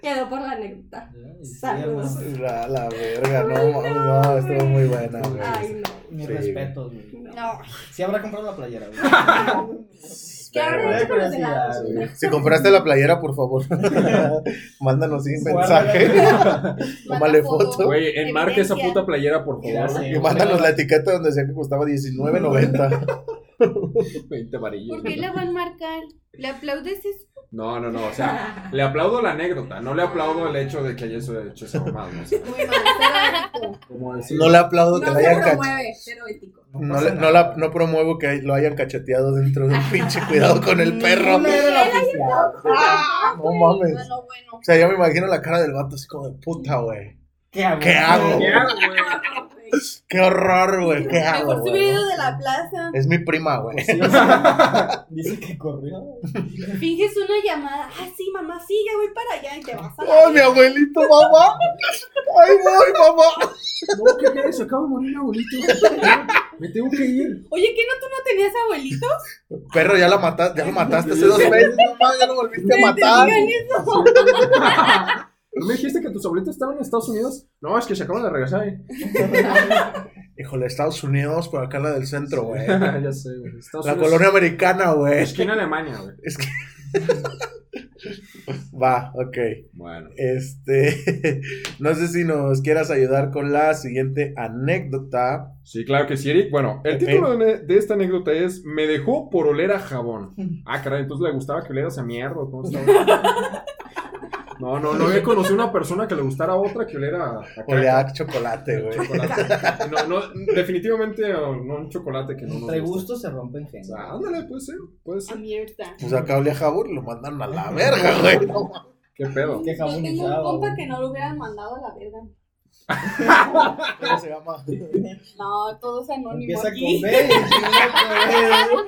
Speaker 5: quedó por la anécdota.
Speaker 3: Ay, sí,
Speaker 5: Saludos.
Speaker 3: hermano.
Speaker 4: La, la verga, no, mames, no, estuvo muy buena, güey.
Speaker 5: Ay,
Speaker 3: Mis
Speaker 4: Sí.
Speaker 3: respetos, güey.
Speaker 5: no. No.
Speaker 3: Sí habrá comprado la playera, güey.
Speaker 5: ¿Qué
Speaker 3: Me
Speaker 5: habré
Speaker 3: da
Speaker 5: hecho con los
Speaker 3: curiosidad,
Speaker 5: helados?
Speaker 3: güey.
Speaker 4: Si compraste la playera, por favor, [LAUGHS] mándanos un mensaje Tómale foto.
Speaker 1: Güey, enmarca esa
Speaker 2: Evidencia.
Speaker 1: puta playera, por
Speaker 3: Ya
Speaker 1: favor.
Speaker 3: sé.
Speaker 4: y mándanos la etiqueta donde decía que costaba [LAUGHS] 19.90.
Speaker 1: 20 varillos.
Speaker 2: ¿Por qué le van a marcar? ¿Le aplaudes eso?
Speaker 1: No, no, no. O sea, le aplaudo la anécdota. No le aplaudo el hecho de que haya hecho esa mamada. ¿no? O sea,
Speaker 2: Muy mal, pero ético.
Speaker 1: como decir,
Speaker 4: No le aplaudo
Speaker 5: No
Speaker 4: que la
Speaker 5: se
Speaker 4: hayan cach-
Speaker 5: promueve, pero ético.
Speaker 4: no, le- no la- no promuevo que lo hayan cacheteado dentro de un pinche cuidado con el perro.
Speaker 3: Ninguna era la oficial.
Speaker 4: No mames.
Speaker 2: Bueno, bueno.
Speaker 4: O sea, ya me imagino la cara del vato así como de puta, güey.
Speaker 3: ¿Qué hago?
Speaker 4: ¿Qué hago?
Speaker 1: "Ya, güey".
Speaker 4: Qué horror, güey. ¿Qué hago?
Speaker 2: Mejor se
Speaker 4: güey?
Speaker 2: hubiera ido de la plaza.
Speaker 4: Es mi prima, güey.
Speaker 3: Sí, o sea, [LAUGHS] Dice que corrió.
Speaker 2: Finges una llamada. Ah, sí, mamá, sí, ya voy para allá y te vas a la
Speaker 4: ¡Ay, mi abuelito, mamá! ¡Ay, voy, mamá!
Speaker 1: No, ¿qué crees? Acabo de morir, [LAUGHS] abuelito. Me tengo que ir.
Speaker 2: Oye, ¿qué no tú no tenías abuelito?
Speaker 4: Perro, ya, la mata- ya lo mataste hace dos meses, mamá, ya lo volviste a
Speaker 2: Te
Speaker 4: matar.
Speaker 2: digan eso.
Speaker 1: ¿No me dijiste que tus abuelitos estaban en Estados Unidos? No, es que se acaban de regresar. ¿eh? [LAUGHS]
Speaker 4: Híjole, Estados Unidos, por acá la del centro, güey. La
Speaker 1: ya sé, güey. Estados Unidos.
Speaker 4: colonia americana, güey.
Speaker 1: Esquina Alemania, güey.
Speaker 4: Es que... Va, ok.
Speaker 1: Bueno.
Speaker 4: Este, [LAUGHS] no sé si nos quieras ayudar con la siguiente anécdota.
Speaker 1: Sí, claro que sí, Eric. Bueno, el
Speaker 4: Ok.
Speaker 1: título de, de esta anécdota es Me dejó por oler a jabón. Ah, caray, entonces le gustaba que olieras a mierda. ¿cómo estaba? No, no, no había conocido una persona que le gustara a otra que oliera a, a [LAUGHS]
Speaker 4: Huele
Speaker 1: caca,
Speaker 4: a chocolate, güey.
Speaker 1: chocolate. No, no, definitivamente oh, no un chocolate que no nos
Speaker 3: Entre
Speaker 1: gusta.
Speaker 3: gustos se rompen
Speaker 1: O
Speaker 3: gente.
Speaker 1: sea, ándale, puede ser, puede
Speaker 2: A
Speaker 1: ser.
Speaker 2: mierda.
Speaker 4: Pues acá olía a jabón y lo mandan a la verga, [LAUGHS] güey. No,
Speaker 1: ¿Qué pedo?
Speaker 3: Qué
Speaker 2: Yo tengo un
Speaker 3: jabonizado.
Speaker 2: compa que no lo hubieran mandado a la verga.
Speaker 4: ¿Cómo se llama?
Speaker 2: No, todo es anónimo
Speaker 3: Empieza con
Speaker 2: aquí.
Speaker 3: B. chinga, güey.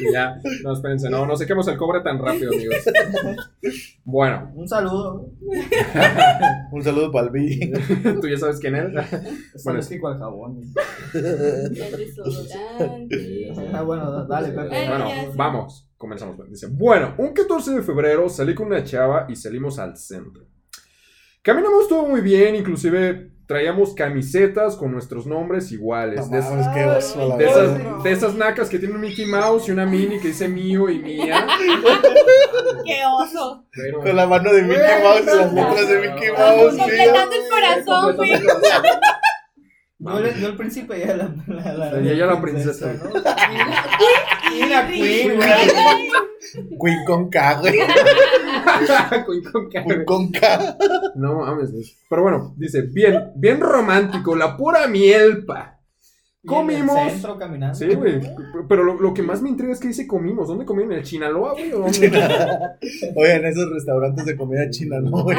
Speaker 1: Y ya, no, espérense, no, no sequemos el cobre tan rápido, amigos. Bueno,
Speaker 3: Un saludo.
Speaker 4: Un saludo para el B.
Speaker 1: tú ya sabes quién eres.
Speaker 3: Es
Speaker 1: Bueno,
Speaker 3: alérgico al jabón.
Speaker 2: [LAUGHS] El desodorante.
Speaker 3: Ah, bueno, dale, Pepe.
Speaker 2: Eh,
Speaker 1: Bueno,
Speaker 2: ya sé.
Speaker 1: vamos, comenzamos. pues. Dice, bueno, un 14 de febrero salí con una chava y salimos al centro. Caminamos todo muy bien, inclusive traíamos camisetas con nuestros nombres iguales.
Speaker 4: No
Speaker 1: De esas,
Speaker 4: mames, qué oso, la
Speaker 1: de
Speaker 4: verdad.
Speaker 1: esas- de esas nacas que tienen un Mickey Mouse y una mini que dice mío y mía.
Speaker 2: ¡Qué oso!
Speaker 1: Pero-
Speaker 4: Con la mano de Mickey Mouse, las letras de Mickey Mouse,
Speaker 2: Ah, Completando
Speaker 4: tío.
Speaker 2: el corazón, güey.
Speaker 3: Yo, le- yo el príncipe y ella la, la, la,
Speaker 1: Y ella la princesa.
Speaker 3: ¿no? [LAUGHS] Y la queen, güey.
Speaker 4: Queen con K, güey.
Speaker 1: Con- con cara.
Speaker 3: [LAUGHS]
Speaker 4: Queen
Speaker 1: [LAUGHS]
Speaker 4: con K.
Speaker 1: No mames. güey. Pero bueno, dice, bien, bien romántico, la pura mielpa.
Speaker 3: Y En el
Speaker 1: Comimos.
Speaker 3: centro caminando.
Speaker 1: Sí, güey. Pero lo, lo que más me intriga es que dice comimos. ¿Dónde comieron? ¿En el Chinaloa, güey? ¿O dónde?
Speaker 4: Oye, en esos restaurantes de comida china,
Speaker 1: [LAUGHS]
Speaker 4: ¿no, güey?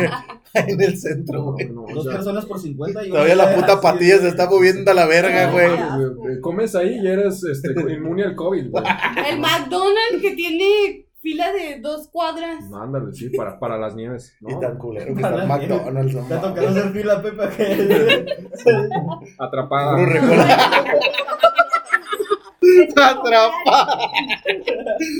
Speaker 4: Ahí en el centro,
Speaker 1: No,
Speaker 4: güey.
Speaker 1: no, o
Speaker 3: Dos
Speaker 1: sea,
Speaker 3: personas por 50 y
Speaker 4: Todavía la puta patilla se está
Speaker 3: moviendo
Speaker 4: moviendo a la
Speaker 2: Ah,
Speaker 4: verga, güey.
Speaker 1: güey, güey, Eh, Comes ahí y eres este,
Speaker 4: [LAUGHS]
Speaker 1: inmune al COVID, güey.
Speaker 2: El McDonald's que tiene fila de dos cuadras.
Speaker 1: Mándale, sí, para, para las nieves. ¿no?
Speaker 4: Y tan culero que está el McDonald's, no
Speaker 3: Te ha
Speaker 4: mames.
Speaker 3: tocado hacer fila, Pepe. que-
Speaker 4: [LAUGHS] Puro
Speaker 1: Atrapada. [LAUGHS]
Speaker 4: recuerdo. Atrapa.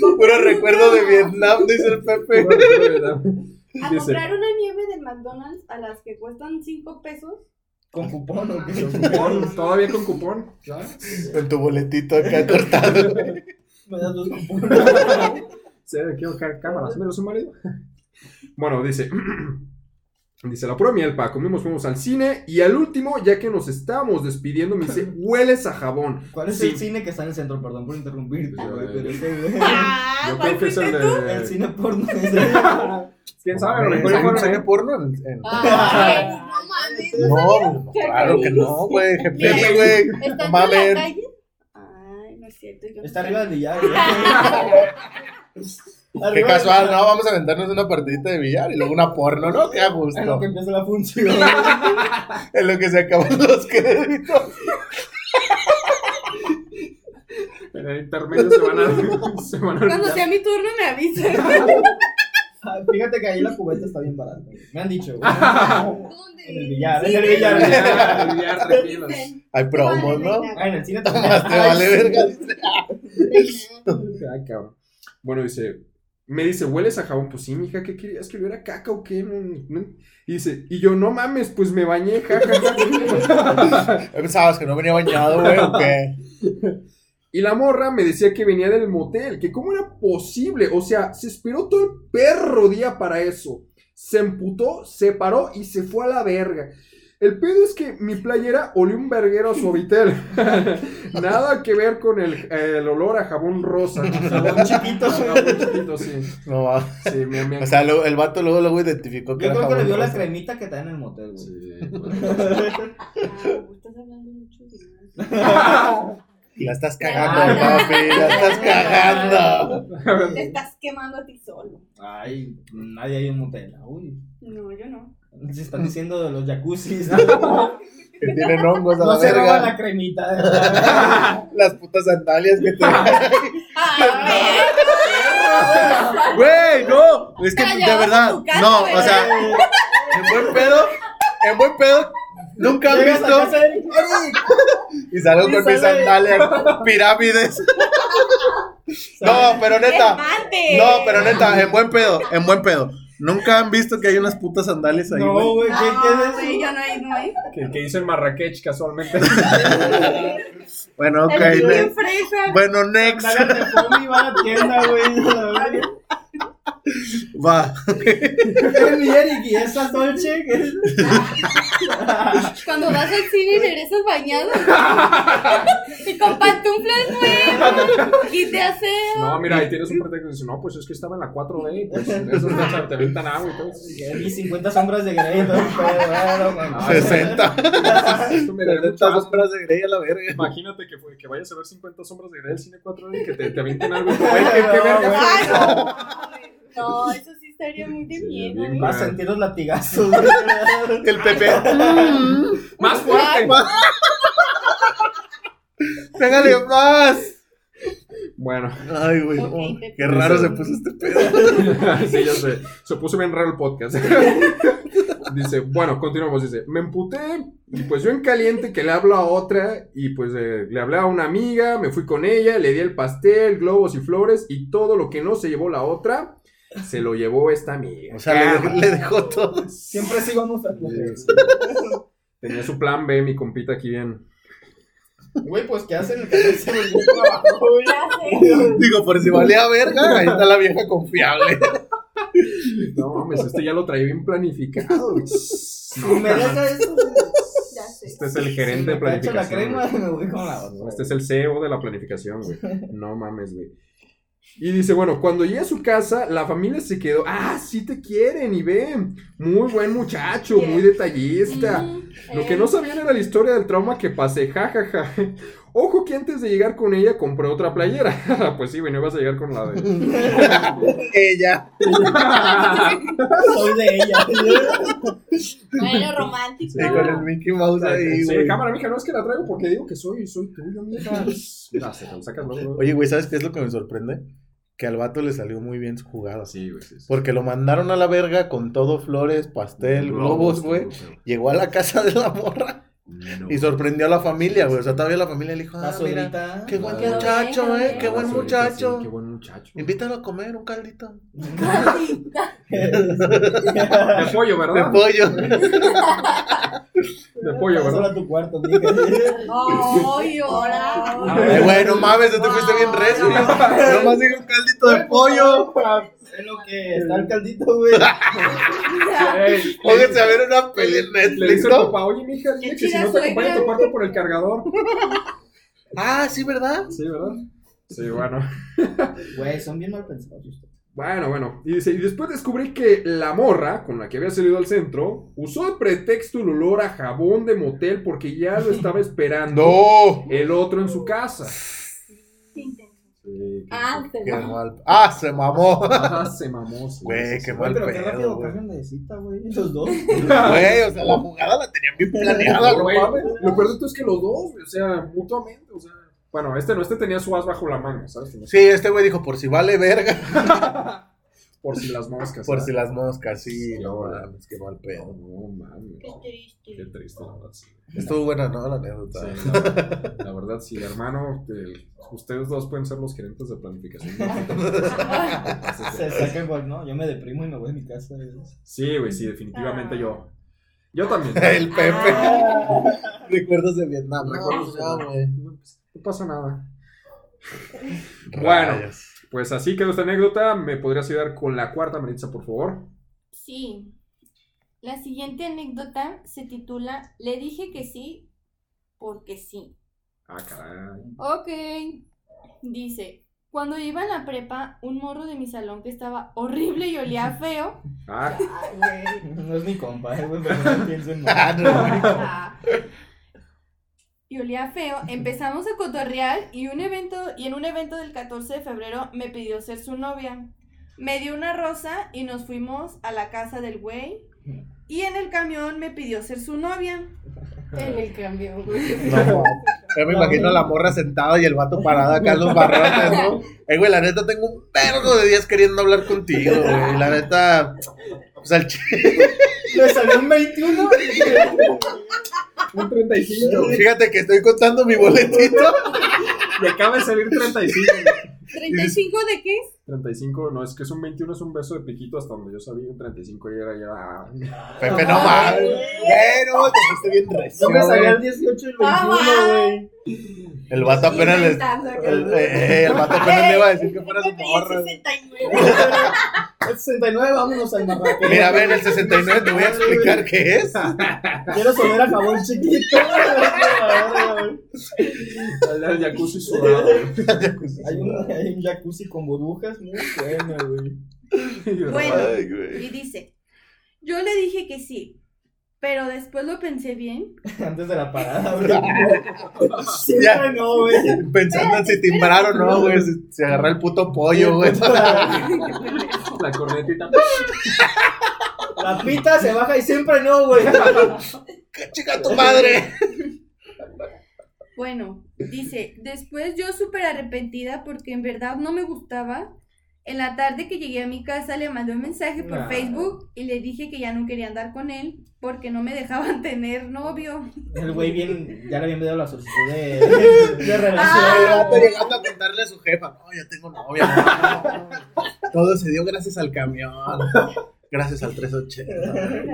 Speaker 4: Puro recuerdo de Vietnam, dice el Pepe.
Speaker 2: A
Speaker 1: Dice-
Speaker 2: comprar una nieve del McDonald's a las que cuestan 5 [LAUGHS] pesos.
Speaker 3: Con cupón o qué.
Speaker 1: Con cupón, todavía con cupón. [LAUGHS] ¿ya?
Speaker 4: Con tu boletito acá cortado.
Speaker 3: Me das dos cupones.
Speaker 1: Se ve que acá cámaras, me lo sumaré. Bueno, dice. [CLEARS THROAT] Dice la pura mielpa, comimos, fuimos al cine y al último, ya que nos estábamos despidiendo, me
Speaker 4: [LAUGHS]
Speaker 1: dice, hueles a jabón.
Speaker 3: ¿Cuál es
Speaker 1: Sí.
Speaker 3: el cine que está en el centro? Perdón por interrumpirte,
Speaker 1: Yo,
Speaker 3: güey,
Speaker 1: eh,
Speaker 3: pero es que-
Speaker 2: Ah,
Speaker 1: Yo creo que es el
Speaker 3: el
Speaker 1: de...
Speaker 3: cine porno.
Speaker 1: ¿Quién sabe? A lo
Speaker 4: ¿Hay
Speaker 1: mejor
Speaker 4: un
Speaker 1: fueron
Speaker 4: cine
Speaker 1: ahí.
Speaker 4: porno? en- en-
Speaker 2: Ay, no mames.
Speaker 4: No, no, claro que no, güey. GPI, güey.
Speaker 2: ¿Está
Speaker 4: No
Speaker 2: en
Speaker 4: mames.
Speaker 2: la calle? Ay, no es cierto. Yo no
Speaker 3: Está
Speaker 2: sé.
Speaker 3: arriba del
Speaker 2: [LAUGHS]
Speaker 3: billar. güey. Arriba
Speaker 4: Qué
Speaker 3: del-
Speaker 4: casual, ¿no? Vamos a aventarnos una partidita de billar y luego una porno, ¿no? Qué a
Speaker 3: En lo
Speaker 4: gusto.
Speaker 3: que empieza la
Speaker 4: [LAUGHS]
Speaker 3: función.
Speaker 4: En lo que se acaban [LAUGHS] los créditos.
Speaker 1: En el intermedio se van a... [LAUGHS] se van a
Speaker 2: Cuando sea mi turno me
Speaker 3: [LAUGHS]
Speaker 2: avisen.
Speaker 3: Ah, Fíjate que ahí la cubeta está bien barata. güey. Me han dicho,
Speaker 4: [LAUGHS]
Speaker 3: güey. Ah,
Speaker 2: ¿Dónde?
Speaker 3: En el billar,
Speaker 2: Sí,
Speaker 3: en el billar. en el billar.
Speaker 1: olvidar, olvidar, repilas.
Speaker 2: dicen.
Speaker 4: Hay promos, ¿no? [LAUGHS]
Speaker 3: Ah, en el cine también.
Speaker 4: Más te vale verga.
Speaker 1: Ay, cabrón. Bueno, dice, me dice, ¿hueles a jabón? Pues sí, mija, ¿qué querías? ¿Que hubiera caca o qué? No, no. Y dice, y yo, no mames, pues me bañé, jajaja.
Speaker 4: Pensabas pues, que no venía bañado, güey, o qué.
Speaker 1: y la morra me decía que venía del motel, que cómo era posible, o sea, se esperó todo el perro día para eso. Se emputó, se paró y se fue a la verga. El pedo es que mi playera olió un verguero a suavitel. [LAUGHS] Nada que ver con el, el olor a jabón rosa. Jabón [LAUGHS] chiquito. Jabón chiquito, sí.
Speaker 4: No va.
Speaker 1: Sí, mi amiga.
Speaker 4: O sea, lo- el vato luego, luego identificó que
Speaker 3: Yo creo que le
Speaker 4: jabón
Speaker 3: dio la
Speaker 4: rosa.
Speaker 3: cremita que está en el motel, güey.
Speaker 2: Ah, estás hablando mucho de más.
Speaker 4: La estás
Speaker 2: Ah,
Speaker 4: cagando,
Speaker 2: ya.
Speaker 4: papi. La
Speaker 2: [LAUGHS]
Speaker 4: estás cagando.
Speaker 2: Te estás quemando a ti solo.
Speaker 3: Ay, nadie hay un motel. Uy.
Speaker 2: No, yo
Speaker 4: [LAUGHS]
Speaker 2: no.
Speaker 3: Se están diciendo de los jacuzzis.
Speaker 4: Que tienen hongos a
Speaker 3: No
Speaker 4: la
Speaker 3: se roba
Speaker 4: verga.
Speaker 3: la cremita.
Speaker 4: Las putas sandalias
Speaker 2: [LAUGHS]
Speaker 4: que te.
Speaker 2: Ah,
Speaker 4: Güey, no. Es que
Speaker 2: Te la
Speaker 4: de
Speaker 2: llevas a
Speaker 4: verdad.
Speaker 2: tu casa,
Speaker 4: No, [LAUGHS] o
Speaker 2: ¿verdad?
Speaker 4: sea, en buen pedo. En buen pedo. Nunca
Speaker 3: [LAUGHS]
Speaker 4: han
Speaker 3: Llegas a
Speaker 4: visto.
Speaker 3: casa y-
Speaker 4: Y salgo
Speaker 3: Y
Speaker 4: con mis
Speaker 3: sale-
Speaker 4: sandalias.
Speaker 3: [LAUGHS]
Speaker 4: Pirámides. No, pero neta.
Speaker 2: ¡Mate!
Speaker 4: No, pero neta, en buen pedo, en buen pedo. Nunca han visto que hay unas putas sandales ahí, güey.
Speaker 3: No, güey, ¿qué,
Speaker 2: No,
Speaker 3: qué es
Speaker 2: güey,
Speaker 3: eso?
Speaker 2: yo no he, no he.
Speaker 1: que, que hizo en Marrakech casualmente. [LAUGHS]
Speaker 4: Bueno, ok.
Speaker 2: El
Speaker 4: ne-
Speaker 2: bien fresa.
Speaker 4: Bueno, next.
Speaker 3: Sácate de y va a la tienda, güey. a la verga.
Speaker 4: Va.
Speaker 3: Es mi Eric y esa Dolce. que es-
Speaker 2: Cuando vas al cine y regresas
Speaker 4: [LAUGHS]
Speaker 2: bañado. y con pantuflas nuevas. Y te aseo.
Speaker 1: No, mira, ahí tienes un pretexto y dices, no, pues es que estaba en la 4D y pues en eso te, te aventan agua y todo.
Speaker 3: Y 50 sombras de Grey. todo el pedo, bueno,
Speaker 1: Ah,
Speaker 3: mamá.
Speaker 4: 60.
Speaker 1: Eso me da mucha asco.
Speaker 4: sombras de Grey a la verga.
Speaker 1: Imagínate que, fue- que vayas a ver 50 sombras de Grey al cine 4D y que te, te avienten algo y tú, [LAUGHS] "Ay, qué- qué
Speaker 3: No,
Speaker 1: verga".
Speaker 3: güey.
Speaker 2: Ay, no. No, eso sí estaría muy de
Speaker 1: Sí,
Speaker 2: miedo.
Speaker 1: bien
Speaker 2: ¿eh?
Speaker 3: Vas a sentir los latigazos. güey.
Speaker 4: El Pepe.
Speaker 1: ¡Más fuerte!
Speaker 4: Pégale más.
Speaker 1: Bueno, [LAUGHS]
Speaker 4: Ay, güey.
Speaker 2: Ok,
Speaker 4: no.
Speaker 2: Pepe.
Speaker 4: Qué raro se puso este pedo.
Speaker 1: sí, yo sé. Se puso bien raro el podcast. [LAUGHS] dice, bueno, continuamos. Dice, me emputé y pues yo en caliente que le hablo a otra y pues eh, le hablé a una amiga, me fui con ella, le di el pastel, globos y flores y todo lo que no se llevó la otra, se lo llevó esta amiga.
Speaker 4: O sea, le dejó, le dejó todo.
Speaker 3: Siempre sí vamos a.
Speaker 1: [LAUGHS] Tenía su plan B, mi compita aquí bien.
Speaker 3: Güey, pues ¿qué hacen? El canal se volvió trabajo, güey.
Speaker 4: [LAUGHS] Digo, por si valía verga, ahí está la
Speaker 1: [LAUGHS]
Speaker 4: vieja confiable.
Speaker 1: No mames, este ya lo traía bien
Speaker 3: [LAUGHS]
Speaker 1: planificado.
Speaker 3: Si me deja eso,
Speaker 2: Ya sé.
Speaker 1: Este es el
Speaker 3: si
Speaker 1: gerente de
Speaker 3: me cacho la
Speaker 1: planificación.
Speaker 3: crema,
Speaker 1: güey.
Speaker 3: me voy con la otra.
Speaker 1: No, Este es el CEO de la planificación, güey. No mames, güey. Y dice, bueno, cuando llegué a su casa, la familia se quedó, ah, sí te quieren y ven. Muy buen muchacho, muy detallista. Lo
Speaker 3: eh.
Speaker 1: que no sabían era la historia del trauma que pasé, jajaja. Ojo que antes de llegar con ella compré otra playera. [LAUGHS] pues sí, güey, no ibas a llegar con la de...
Speaker 4: Ella.
Speaker 3: Soy de ella.
Speaker 2: Bueno, romántico.
Speaker 4: Sí, con el Mickey Mouse ahí,
Speaker 1: Ah, Sí,
Speaker 4: güey.
Speaker 1: cámara, mija, no es que la traigo porque digo que soy, soy tuyo,
Speaker 4: [LAUGHS]
Speaker 1: mija. Gracias, te sacas luego, luego.
Speaker 4: Oye, güey, ¿sabes qué es lo que me sorprende? Que al vato le salió muy bien su jugada.
Speaker 1: Sí, güey, sí, sí.
Speaker 4: Porque lo mandaron a la verga con todo flores, pastel, globos, güey. Llegó a la casa de la morra
Speaker 1: este No.
Speaker 4: y sorprendió a la familia, güey. O sea, todavía la familia le dijo,
Speaker 3: La
Speaker 4: ah, mira,
Speaker 3: suegrita.
Speaker 4: qué buen
Speaker 1: Qué
Speaker 4: muchacho,
Speaker 2: buena,
Speaker 4: eh, qué buen
Speaker 1: Sí, ahorita
Speaker 4: muchacho.
Speaker 1: sí, qué buen muchacho.
Speaker 4: Invítalo a comer un caldito
Speaker 1: De pollo,
Speaker 4: de
Speaker 1: ¿verdad?
Speaker 4: pollo.
Speaker 1: De pollo,
Speaker 3: Solo
Speaker 4: [LAUGHS]
Speaker 1: ¿verdad?
Speaker 3: a tu cuarto, mija.
Speaker 2: [LAUGHS] Ay, hola.
Speaker 4: Ay, Eh, güey, no mames, tú te fuiste bien
Speaker 1: Ah,
Speaker 4: recio. Nomás dije un caldito de pollo.
Speaker 3: Es lo que está el caldito, güey.
Speaker 1: Ey,
Speaker 4: Pónganse a ver una peli en
Speaker 1: Le dice
Speaker 4: Netflix,
Speaker 1: el
Speaker 4: ¿no?
Speaker 1: papá, oye, mija, dile
Speaker 2: Qué
Speaker 1: que si
Speaker 2: chida
Speaker 1: no te acompaña a tu
Speaker 2: suegra.
Speaker 1: cuarto por el cargador.
Speaker 4: Ah, sí, ¿verdad?
Speaker 1: Sí, ¿verdad? Sí, bueno.
Speaker 3: Güey, son bien mal pensados ustedes.
Speaker 1: Bueno, bueno. Y dice, y después descubrí que la morra con la que había salido al centro usó de pretexto el olor a jabón de motel porque ya lo estaba esperando
Speaker 4: No.
Speaker 1: el otro en su casa. Sí, qué-
Speaker 2: Ah, se
Speaker 4: Qué
Speaker 2: va.
Speaker 4: mal. Ah, se mamó.
Speaker 1: Ah, se mamó. sí,
Speaker 4: Güey,
Speaker 1: sí,
Speaker 4: qué
Speaker 1: sí.
Speaker 4: mal
Speaker 3: Güey, pero qué
Speaker 4: pedo,
Speaker 3: rápido
Speaker 4: güey.
Speaker 3: cambian de cita, güey. Los dos.
Speaker 4: Güey, o sea, la jugada la tenían bien planeada,
Speaker 1: Güey,
Speaker 4: güey.
Speaker 1: Lo peor de todo es que los dos, güey, o sea, mutuamente, o sea. Bueno, este no, este tenía su as bajo la manga, ¿sabes?
Speaker 4: Sí, este güey dijo, por si vale verga.
Speaker 1: Por si las moscas.
Speaker 4: Por
Speaker 1: ¿sabes?
Speaker 4: si las moscas, sí.
Speaker 1: Sí,
Speaker 4: No
Speaker 1: ahora.
Speaker 4: mames, qué mal
Speaker 1: No,
Speaker 4: pedo.
Speaker 1: no, mames.
Speaker 2: Qué
Speaker 1: Qué
Speaker 2: triste.
Speaker 1: triste, la verdad, sí.
Speaker 4: Estuvo buena, ¿no? La
Speaker 1: Sí,
Speaker 4: anécdota.
Speaker 1: la, la verdad, sí, hermano, el- ustedes dos pueden ser los gerentes de planificación.
Speaker 3: Se saca igual, no. Yo me deprimo y me voy a mi casa. güey.
Speaker 1: Sí, güey, sí, definitivamente yo. Yo también.
Speaker 4: [LAUGHS] El Pepe.
Speaker 2: Ah,
Speaker 4: [LAUGHS] Recuerdos de Vietnam.
Speaker 1: Recuerdos de
Speaker 4: No,
Speaker 1: Vietnam.
Speaker 4: güey.
Speaker 1: No, pues, no pasa nada. Bueno.
Speaker 4: Bueno.
Speaker 1: Pues así quedó esta anécdota. ¿Me podrías ayudar con la cuarta, Maritza, por favor?
Speaker 2: Sí. La siguiente anécdota se titula Le dije que sí porque sí.
Speaker 1: Ah, caray.
Speaker 2: Ok. Dice, cuando iba a la prepa, un morro de mi salón que estaba horrible y [LAUGHS] olía feo.
Speaker 1: Ah,
Speaker 3: [LAUGHS] No es mi compa, eh, güey, pero no pienso [LAUGHS] en nada.
Speaker 4: [LAUGHS] Ah, no.
Speaker 2: ah, y olía feo. Empezamos a cotorrear y un evento y en un evento del 14 de febrero me pidió ser su novia. Me dio una rosa y nos fuimos a la casa del güey. Y en el camión me pidió ser su novia.
Speaker 5: En el camión, güey.
Speaker 4: No, mames. Yo me imagino a la morra sentada y el vato parado acá en los barrotes, ¿no? Eh, güey, la neta tengo un perro de días queriendo hablar contigo, güey. La neta. O sea, el chile.
Speaker 3: Le salió un [LAUGHS] 21.
Speaker 1: un 35.
Speaker 4: Fíjate que estoy contando mi boletito.
Speaker 1: Y acaba de salir 35.
Speaker 2: ¿35 de qué?
Speaker 1: 35, no, es que es un 21, es un beso de piquito hasta donde yo sabía. Un 35 y era ya. ah,
Speaker 4: Pepe, no mames. Pero te fuiste bien recio,
Speaker 3: Yo me salió
Speaker 4: güey.
Speaker 3: el 18 y el
Speaker 2: Ah,
Speaker 3: 21, güey.
Speaker 4: El vato apenas le. [LAUGHS]
Speaker 2: Inventando acá.
Speaker 4: El, eh, eh, el vato apenas le iba a decir que fuera su morra. güey.
Speaker 3: El 69, vámonos al marraquero.
Speaker 4: Mira, a ver, el 69 te voy a explicar qué es.
Speaker 3: Quiero sonar a jabón [LAUGHS] chiquito.
Speaker 1: Al al jacuzzi sudado.
Speaker 3: hay, un, hay un jacuzzi con burbujas muy bueno, güey.
Speaker 2: Bueno.
Speaker 4: Ay, güey.
Speaker 2: Y dice, yo le dije que sí, pero después lo pensé bien.
Speaker 3: Antes de la parada, güey. Siempre no, güey.
Speaker 4: Pensando en si timbraron o no, güey. Si, si agarré el puto pollo, güey.
Speaker 1: La cornetita.
Speaker 3: La pita se baja y siempre no, güey.
Speaker 4: ¡Qué chica tu madre!
Speaker 2: Bueno, dice, después yo súper arrepentida porque en verdad no me gustaba. En la tarde que llegué a mi casa le mandé un mensaje por
Speaker 3: No.
Speaker 2: Facebook y le dije que ya no quería andar con él porque no me dejaban [LAUGHS] tener novio.
Speaker 3: El güey bien, ya le habían dado la solicitud de, [LAUGHS] de relación.
Speaker 4: Estoy llegando a contarle a su jefa. No, ya tengo novia. no, no". Todo se dio gracias al camión. Gracias al 380.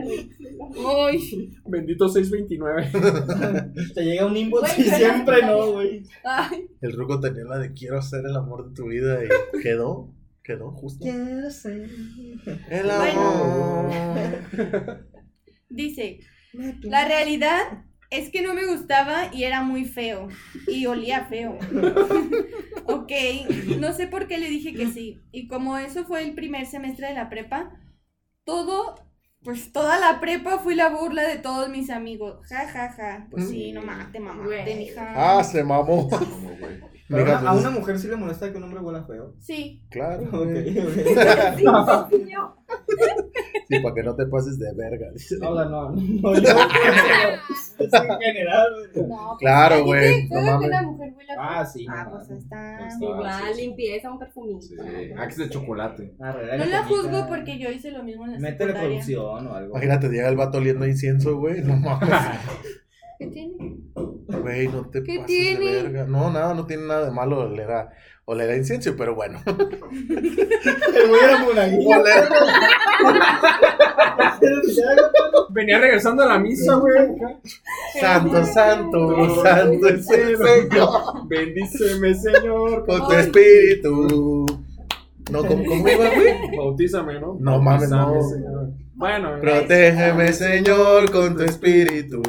Speaker 2: Uy,
Speaker 1: Bendito 629.
Speaker 3: Te llega un inbox
Speaker 2: Güey,
Speaker 3: y
Speaker 2: pero-
Speaker 3: siempre no, güey.
Speaker 2: ay,
Speaker 4: El ruco tenía la de quiero ser el amor de tu vida y quedó. Quedó justo.
Speaker 3: Quiero ser.
Speaker 4: El amor.
Speaker 2: Bueno. dice, la realidad es que no me gustaba y era muy feo y olía feo. [LAUGHS] ok, no sé por qué le dije que sí. Y como eso fue el primer semestre de la prepa, todo, pues toda la prepa fui la burla de todos mis amigos. Ja, ja, ja. Pues sí, no mames, te mamaste,
Speaker 6: Güey.
Speaker 2: mija.
Speaker 4: Ah, se mamó.
Speaker 3: Pero
Speaker 4: Mira,
Speaker 3: a, una, a
Speaker 4: pues,
Speaker 3: una mujer sí le molesta que un hombre huela feo.
Speaker 2: Sí,
Speaker 4: Claro.
Speaker 3: Ok,
Speaker 4: güey.
Speaker 3: [LAUGHS] ok.
Speaker 4: Sí, para que no te pases de verga. dice.
Speaker 3: No, o sea, no, no, yo, pero es en general. güey.
Speaker 2: no.
Speaker 4: Claro,
Speaker 2: Imagínate,
Speaker 4: güey. No
Speaker 2: fue que la
Speaker 4: mames.
Speaker 2: mujer huela
Speaker 3: Ah, sí.
Speaker 2: Ah,
Speaker 3: no,
Speaker 2: pues
Speaker 3: no.
Speaker 1: Está-
Speaker 2: está.
Speaker 4: Ah,
Speaker 5: Igual,
Speaker 1: sí, sí.
Speaker 5: limpieza, un perfumito.
Speaker 1: Sí, Axe de chocolate.
Speaker 3: Arreglar
Speaker 2: No la
Speaker 3: camisa.
Speaker 2: juzgo porque yo hice lo mismo en la
Speaker 3: Métele
Speaker 2: secundaria.
Speaker 3: producción o algo. [LAUGHS]
Speaker 4: Imagínate, llega el vato oliendo a incienso, güey. No mames.
Speaker 2: ¿Qué tiene?
Speaker 4: Güey, no te
Speaker 2: ¿Qué
Speaker 4: pases
Speaker 2: tiene?
Speaker 4: de verga. No, nada, no tiene nada de malo oler a, oler a incienso, pero bueno.
Speaker 3: El güey era monaguillo.
Speaker 1: Venía regresando a la misa, güey.
Speaker 4: santo, santo, santo es el Señor.
Speaker 1: Bendíceme, Señor.
Speaker 4: Con tu espíritu. No, ¿cómo, cómo iba, güey?
Speaker 1: Bautízame, ¿no?
Speaker 4: No mames, no.
Speaker 1: Bautízame, Señor. Bueno,
Speaker 4: Protégeme, Señor, con tu espíritu.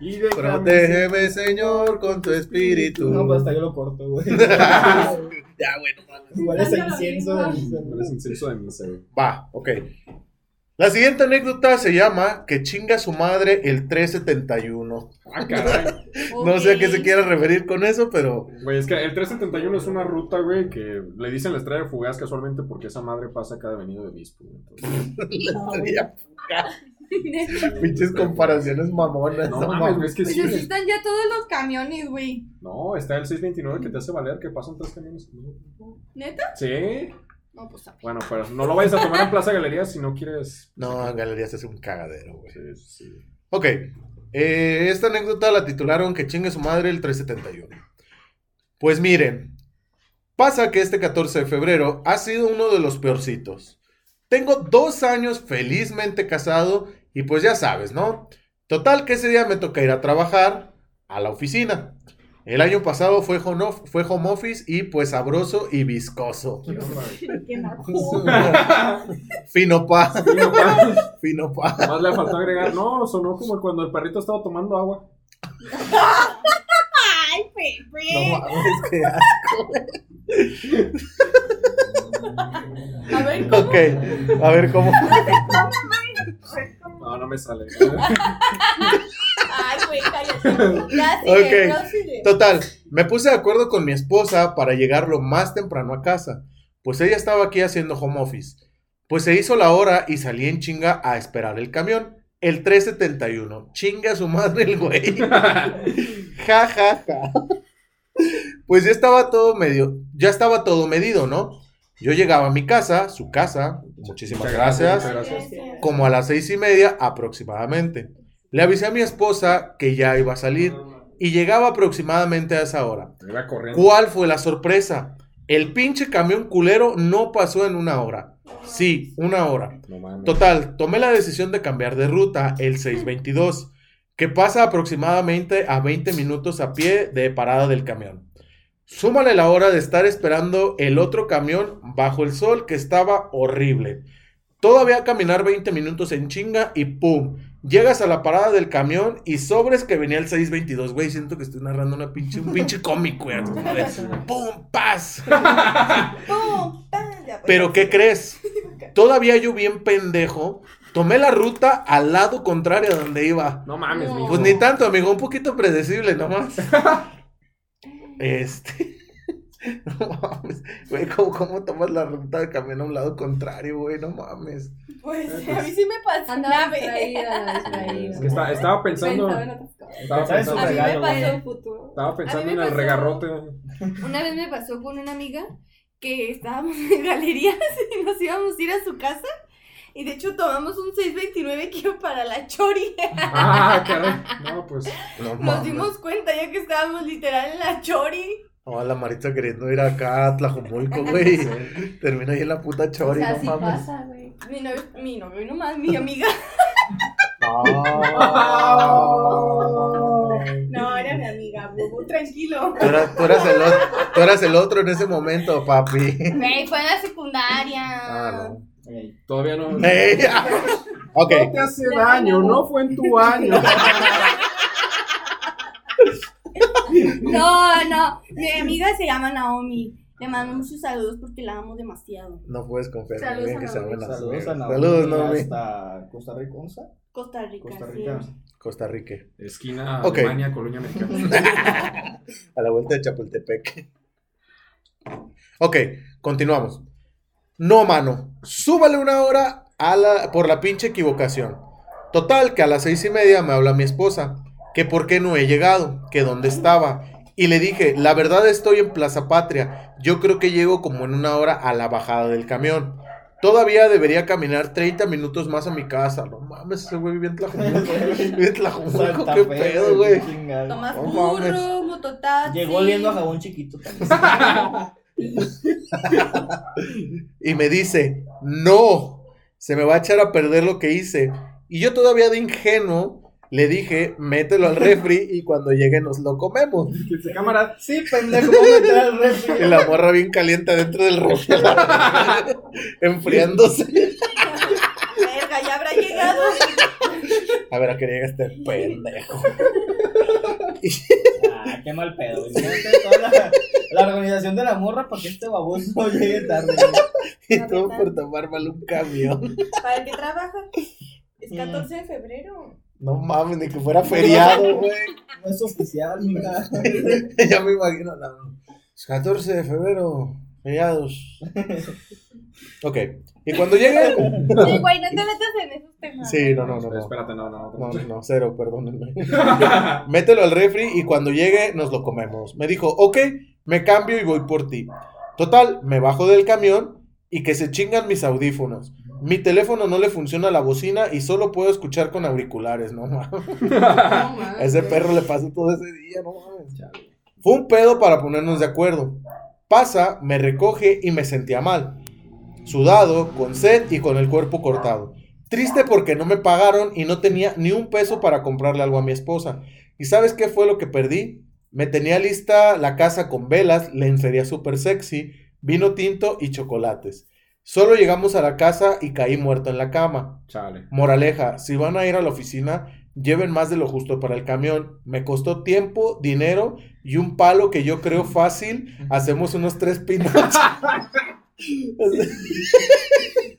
Speaker 1: y déjame-
Speaker 4: Protégeme, Señor, con tu espíritu.
Speaker 3: No,
Speaker 4: [LAUGHS]
Speaker 3: pues hasta yo lo corto, güey.
Speaker 4: Ya, güey, no mames.
Speaker 3: Igual es incienso.
Speaker 1: Eres incienso de misa, güey.
Speaker 4: Va, ok. La siguiente anécdota se llama Que chinga su madre el 371.
Speaker 1: Ah, caray.
Speaker 4: No sé a qué
Speaker 2: Ok.
Speaker 4: se quiere referir con eso, pero
Speaker 1: Güey, es que el 371 es una ruta, güey, que le dicen la estrella fugaz casualmente porque esa madre pasa cada venido de obispo. güey. Entonces, [LAUGHS]
Speaker 4: pinches comparaciones mamonas.
Speaker 1: No
Speaker 4: [LAUGHS] no
Speaker 1: mames,
Speaker 4: mames.
Speaker 1: güey, es que
Speaker 2: Pues
Speaker 1: sí.
Speaker 2: así
Speaker 1: güey.
Speaker 2: están ya todos los camiones, güey.
Speaker 1: No, está el 629 que te hace valer que pasan tres camiones.
Speaker 2: ¿Neta?
Speaker 1: Sí.
Speaker 2: No, pues a ver.
Speaker 1: Bueno, pero no lo vayas a tomar en Plaza Galería si no quieres.
Speaker 4: No, Galerías es un cagadero, güey.
Speaker 1: Sí, sí.
Speaker 4: Ok. eh, esta anécdota la titularon Que chingue su madre el 371. Pues miren, pasa que este 14 de febrero ha sido uno de los peorcitos. Tengo dos años felizmente casado y pues ya sabes, ¿no? Total que ese día me toca ir a trabajar a la oficina. El año pasado fue home, of- fue home office y pues sabroso
Speaker 1: [LAUGHS]
Speaker 4: y viscoso.
Speaker 1: ¿Qué onda,
Speaker 2: ¿Qué naco.
Speaker 4: Fino pa,
Speaker 1: güey?
Speaker 4: fino pa.
Speaker 1: Más le faltó agregar. No, sonó como cuando el perrito estaba tomando agua.
Speaker 2: Ay,
Speaker 4: No
Speaker 2: Pepe.
Speaker 4: mames, qué asco.
Speaker 2: A ver, ¿cómo?
Speaker 4: Ok, a ver cómo.
Speaker 1: No, no me sale.
Speaker 2: Ay, güey, cállate. Ya
Speaker 4: Ok.
Speaker 2: sigue, prosigue.
Speaker 4: Total, me puse de acuerdo con mi esposa para llegar lo más temprano a casa, pues ella estaba aquí haciendo home office. Pues se hizo la hora y salí en chinga a esperar el camión. El 371. Chinga a su madre
Speaker 1: [LAUGHS]
Speaker 4: el güey. Ja, ja, ja. Pues ya estaba todo medio, ya estaba todo medido, ¿no? Yo llegaba a mi casa, su casa, muchísimas
Speaker 1: Muchas
Speaker 4: gracias,
Speaker 1: muchas gracias.
Speaker 4: como a las seis y media aproximadamente. Le avisé a mi esposa que ya iba a salir y llegaba aproximadamente a esa hora.
Speaker 1: Iba corriendo.
Speaker 4: ¿Cuál fue la sorpresa? El pinche camión culero no pasó en una hora. Sí, una hora.
Speaker 1: No mames.
Speaker 4: Total, tomé la decisión de cambiar de ruta, el 622, que pasa aproximadamente a 20 minutos a pie de parada del camión. Súmale la hora de estar esperando el otro camión bajo el sol que estaba horrible. Todavía caminar 20 minutos en chinga y pum. Llegas a la parada del camión y sobres que venía el 622, güey. Siento que estoy narrando una pinche, un pinche cómic, güey. así como de
Speaker 2: [LAUGHS]
Speaker 4: ¡Pum! ¡Paz!
Speaker 2: ¡Pum! ¡Pam! Ya, pues.
Speaker 4: Pero ¿qué crees? Todavía yo bien pendejo. Tomé la ruta al lado contrario a donde iba.
Speaker 1: No mames,
Speaker 2: No.
Speaker 1: mijo.
Speaker 4: Pues ni tanto, amigo, un poquito predecible nomás. Este. [LAUGHS] No mames. Güey, ¿cómo, cómo tomas la ruta del camión a un lado contrario, güey? No mames.
Speaker 2: Pues a mí sí me pasó
Speaker 6: Andaba
Speaker 2: una vez. [LAUGHS]
Speaker 6: distraída,
Speaker 1: Es
Speaker 6: distraída.
Speaker 1: que está- estaba pensando.
Speaker 6: Pensaba en otras cosas.
Speaker 1: Estaba
Speaker 3: Pensaba en
Speaker 1: pensando,
Speaker 3: su
Speaker 2: A mí me
Speaker 3: regalo,
Speaker 2: pasó
Speaker 6: El futuro.
Speaker 1: estaba
Speaker 2: A
Speaker 1: pensando
Speaker 2: mí
Speaker 1: en
Speaker 2: me
Speaker 1: el
Speaker 2: pasó-
Speaker 1: regarrote.
Speaker 2: Una vez me pasó con una amiga que estábamos [LAUGHS] en galerías y nos íbamos a ir a su casa. Y de hecho tomamos un 629 que iba para la chori. [LAUGHS]
Speaker 1: Ah, caray. No, pues.
Speaker 4: No mames.
Speaker 2: Nos dimos cuenta ya que estábamos literal en la chori.
Speaker 4: Oh, la Maritza queriendo ir acá a Tlajomulco, güey. Termina ahí en la puta
Speaker 5: O
Speaker 4: chori,
Speaker 5: sea,
Speaker 4: no
Speaker 5: sí
Speaker 4: mames.
Speaker 5: pasa,
Speaker 4: [LAUGHS]
Speaker 5: güey.
Speaker 2: Mi novio, mi novio nomás, mi amiga.
Speaker 4: No.
Speaker 2: No, era mi amiga, bobo, tranquilo.
Speaker 4: Tú eras, tú eras el otro, tú eras el otro en ese momento, papi.
Speaker 2: Güey, fue en la secundaria.
Speaker 4: Ah, no.
Speaker 3: Ey,
Speaker 1: Todavía no.
Speaker 4: Ey, [LAUGHS] ok.
Speaker 1: No te hace daño, no fue en tu año.
Speaker 3: [LAUGHS]
Speaker 2: No, no. Mi amiga se llama Naomi. Le mando muchos saludos porque la amo demasiado.
Speaker 4: No puedes confiar en
Speaker 6: Saludos
Speaker 4: alguien
Speaker 6: a
Speaker 4: que se
Speaker 6: Naomi.
Speaker 4: buenas.
Speaker 3: Saludos a Naomi.
Speaker 4: Saludos, Naomi.
Speaker 3: Hasta Costa Rica, ¿onza?
Speaker 2: Costa Rica.
Speaker 3: Costa
Speaker 2: sí.
Speaker 3: Rica. [LAUGHS]
Speaker 4: Costa Rica.
Speaker 1: Esquina
Speaker 4: Ok.
Speaker 1: Alemania, Colonia Mexicana.
Speaker 4: A la vuelta de Chapultepec. Ok, continuamos. No, mano. Súbale una hora a la, por la pinche equivocación. Total, que a las seis y media me habla mi esposa. Que por qué no he llegado, que dónde estaba. Y le dije, la verdad estoy en Plaza Patria. Yo creo que llego como en una hora a la bajada del camión. Todavía debería caminar 30 minutos más a mi casa. No mames, ese güey vive en Tlajumulco. [LAUGHS] Vive en Tlajumulco,
Speaker 3: Santa
Speaker 4: qué
Speaker 3: Fe,
Speaker 4: pedo, güey.
Speaker 3: qué chingada.
Speaker 2: Tomás
Speaker 4: No
Speaker 2: burro,
Speaker 4: mames.
Speaker 2: mototaxi.
Speaker 3: Oh, Llegó oliendo a jabón [LAUGHS] chiquito también.
Speaker 4: y me dice, no, se me va a echar a perder lo que hice. Y yo todavía de ingenuo le dije, mételo al refri y cuando llegue nos lo comemos.
Speaker 1: Cámara.
Speaker 3: sí, pendejo, voy a meter al refri.
Speaker 4: Y la morra bien caliente dentro del refri, [LAUGHS] enfriándose.
Speaker 2: Verga, ya habrá llegado.
Speaker 4: A ver, a qué llega este pendejo.
Speaker 3: [LAUGHS]
Speaker 4: [LAUGHS]
Speaker 3: Ah, qué mal pedo. güey. Fíjate toda la, la organización de la morra para que este baboso no llegue tarde. güey.
Speaker 4: Y todo por tomar mal un camión.
Speaker 2: ¿Para qué trabaja? Es
Speaker 3: Mm.
Speaker 2: 14
Speaker 3: [LAUGHS]
Speaker 2: de febrero.
Speaker 4: No mames, ni que fuera feriado, güey. [LAUGHS]
Speaker 3: No es oficial, mira.
Speaker 4: ya me imagino la... 14 de febrero, feriados. Ok, y cuando llegue...
Speaker 2: Sí, güey, no te metas en esos temas.
Speaker 4: Sí, no, no, no. no.
Speaker 1: Espérate, no, no,
Speaker 4: No,
Speaker 1: no.
Speaker 4: no, no, cero, perdónenme. [LAUGHS] Mételo al refri y cuando llegue nos lo comemos. Me dijo, ok, me cambio y voy por ti. Total, me bajo del camión y que se chingan mis audífonos. Mi teléfono no le funciona la bocina y solo puedo escuchar con auriculares, no mames. A ese perro le pasó todo ese día, no mames. Fue un pedo para ponernos de acuerdo. Pasa, me recoge y me sentía mal. Sudado, con sed y con el cuerpo cortado. Triste porque no me pagaron y no tenía ni un peso para comprarle algo a mi esposa. ¿Y sabes qué fue lo que perdí? Me tenía lista la casa con velas, lencería super sexy, vino tinto y chocolates. Solo llegamos a la casa y caí muerto en la cama.
Speaker 1: Chale.
Speaker 4: Moraleja, si van a ir a la oficina, lleven más de lo justo para el camión. Me costó tiempo, dinero y un palo que yo creo fácil. Hacemos unos tres [LAUGHS] pinochos.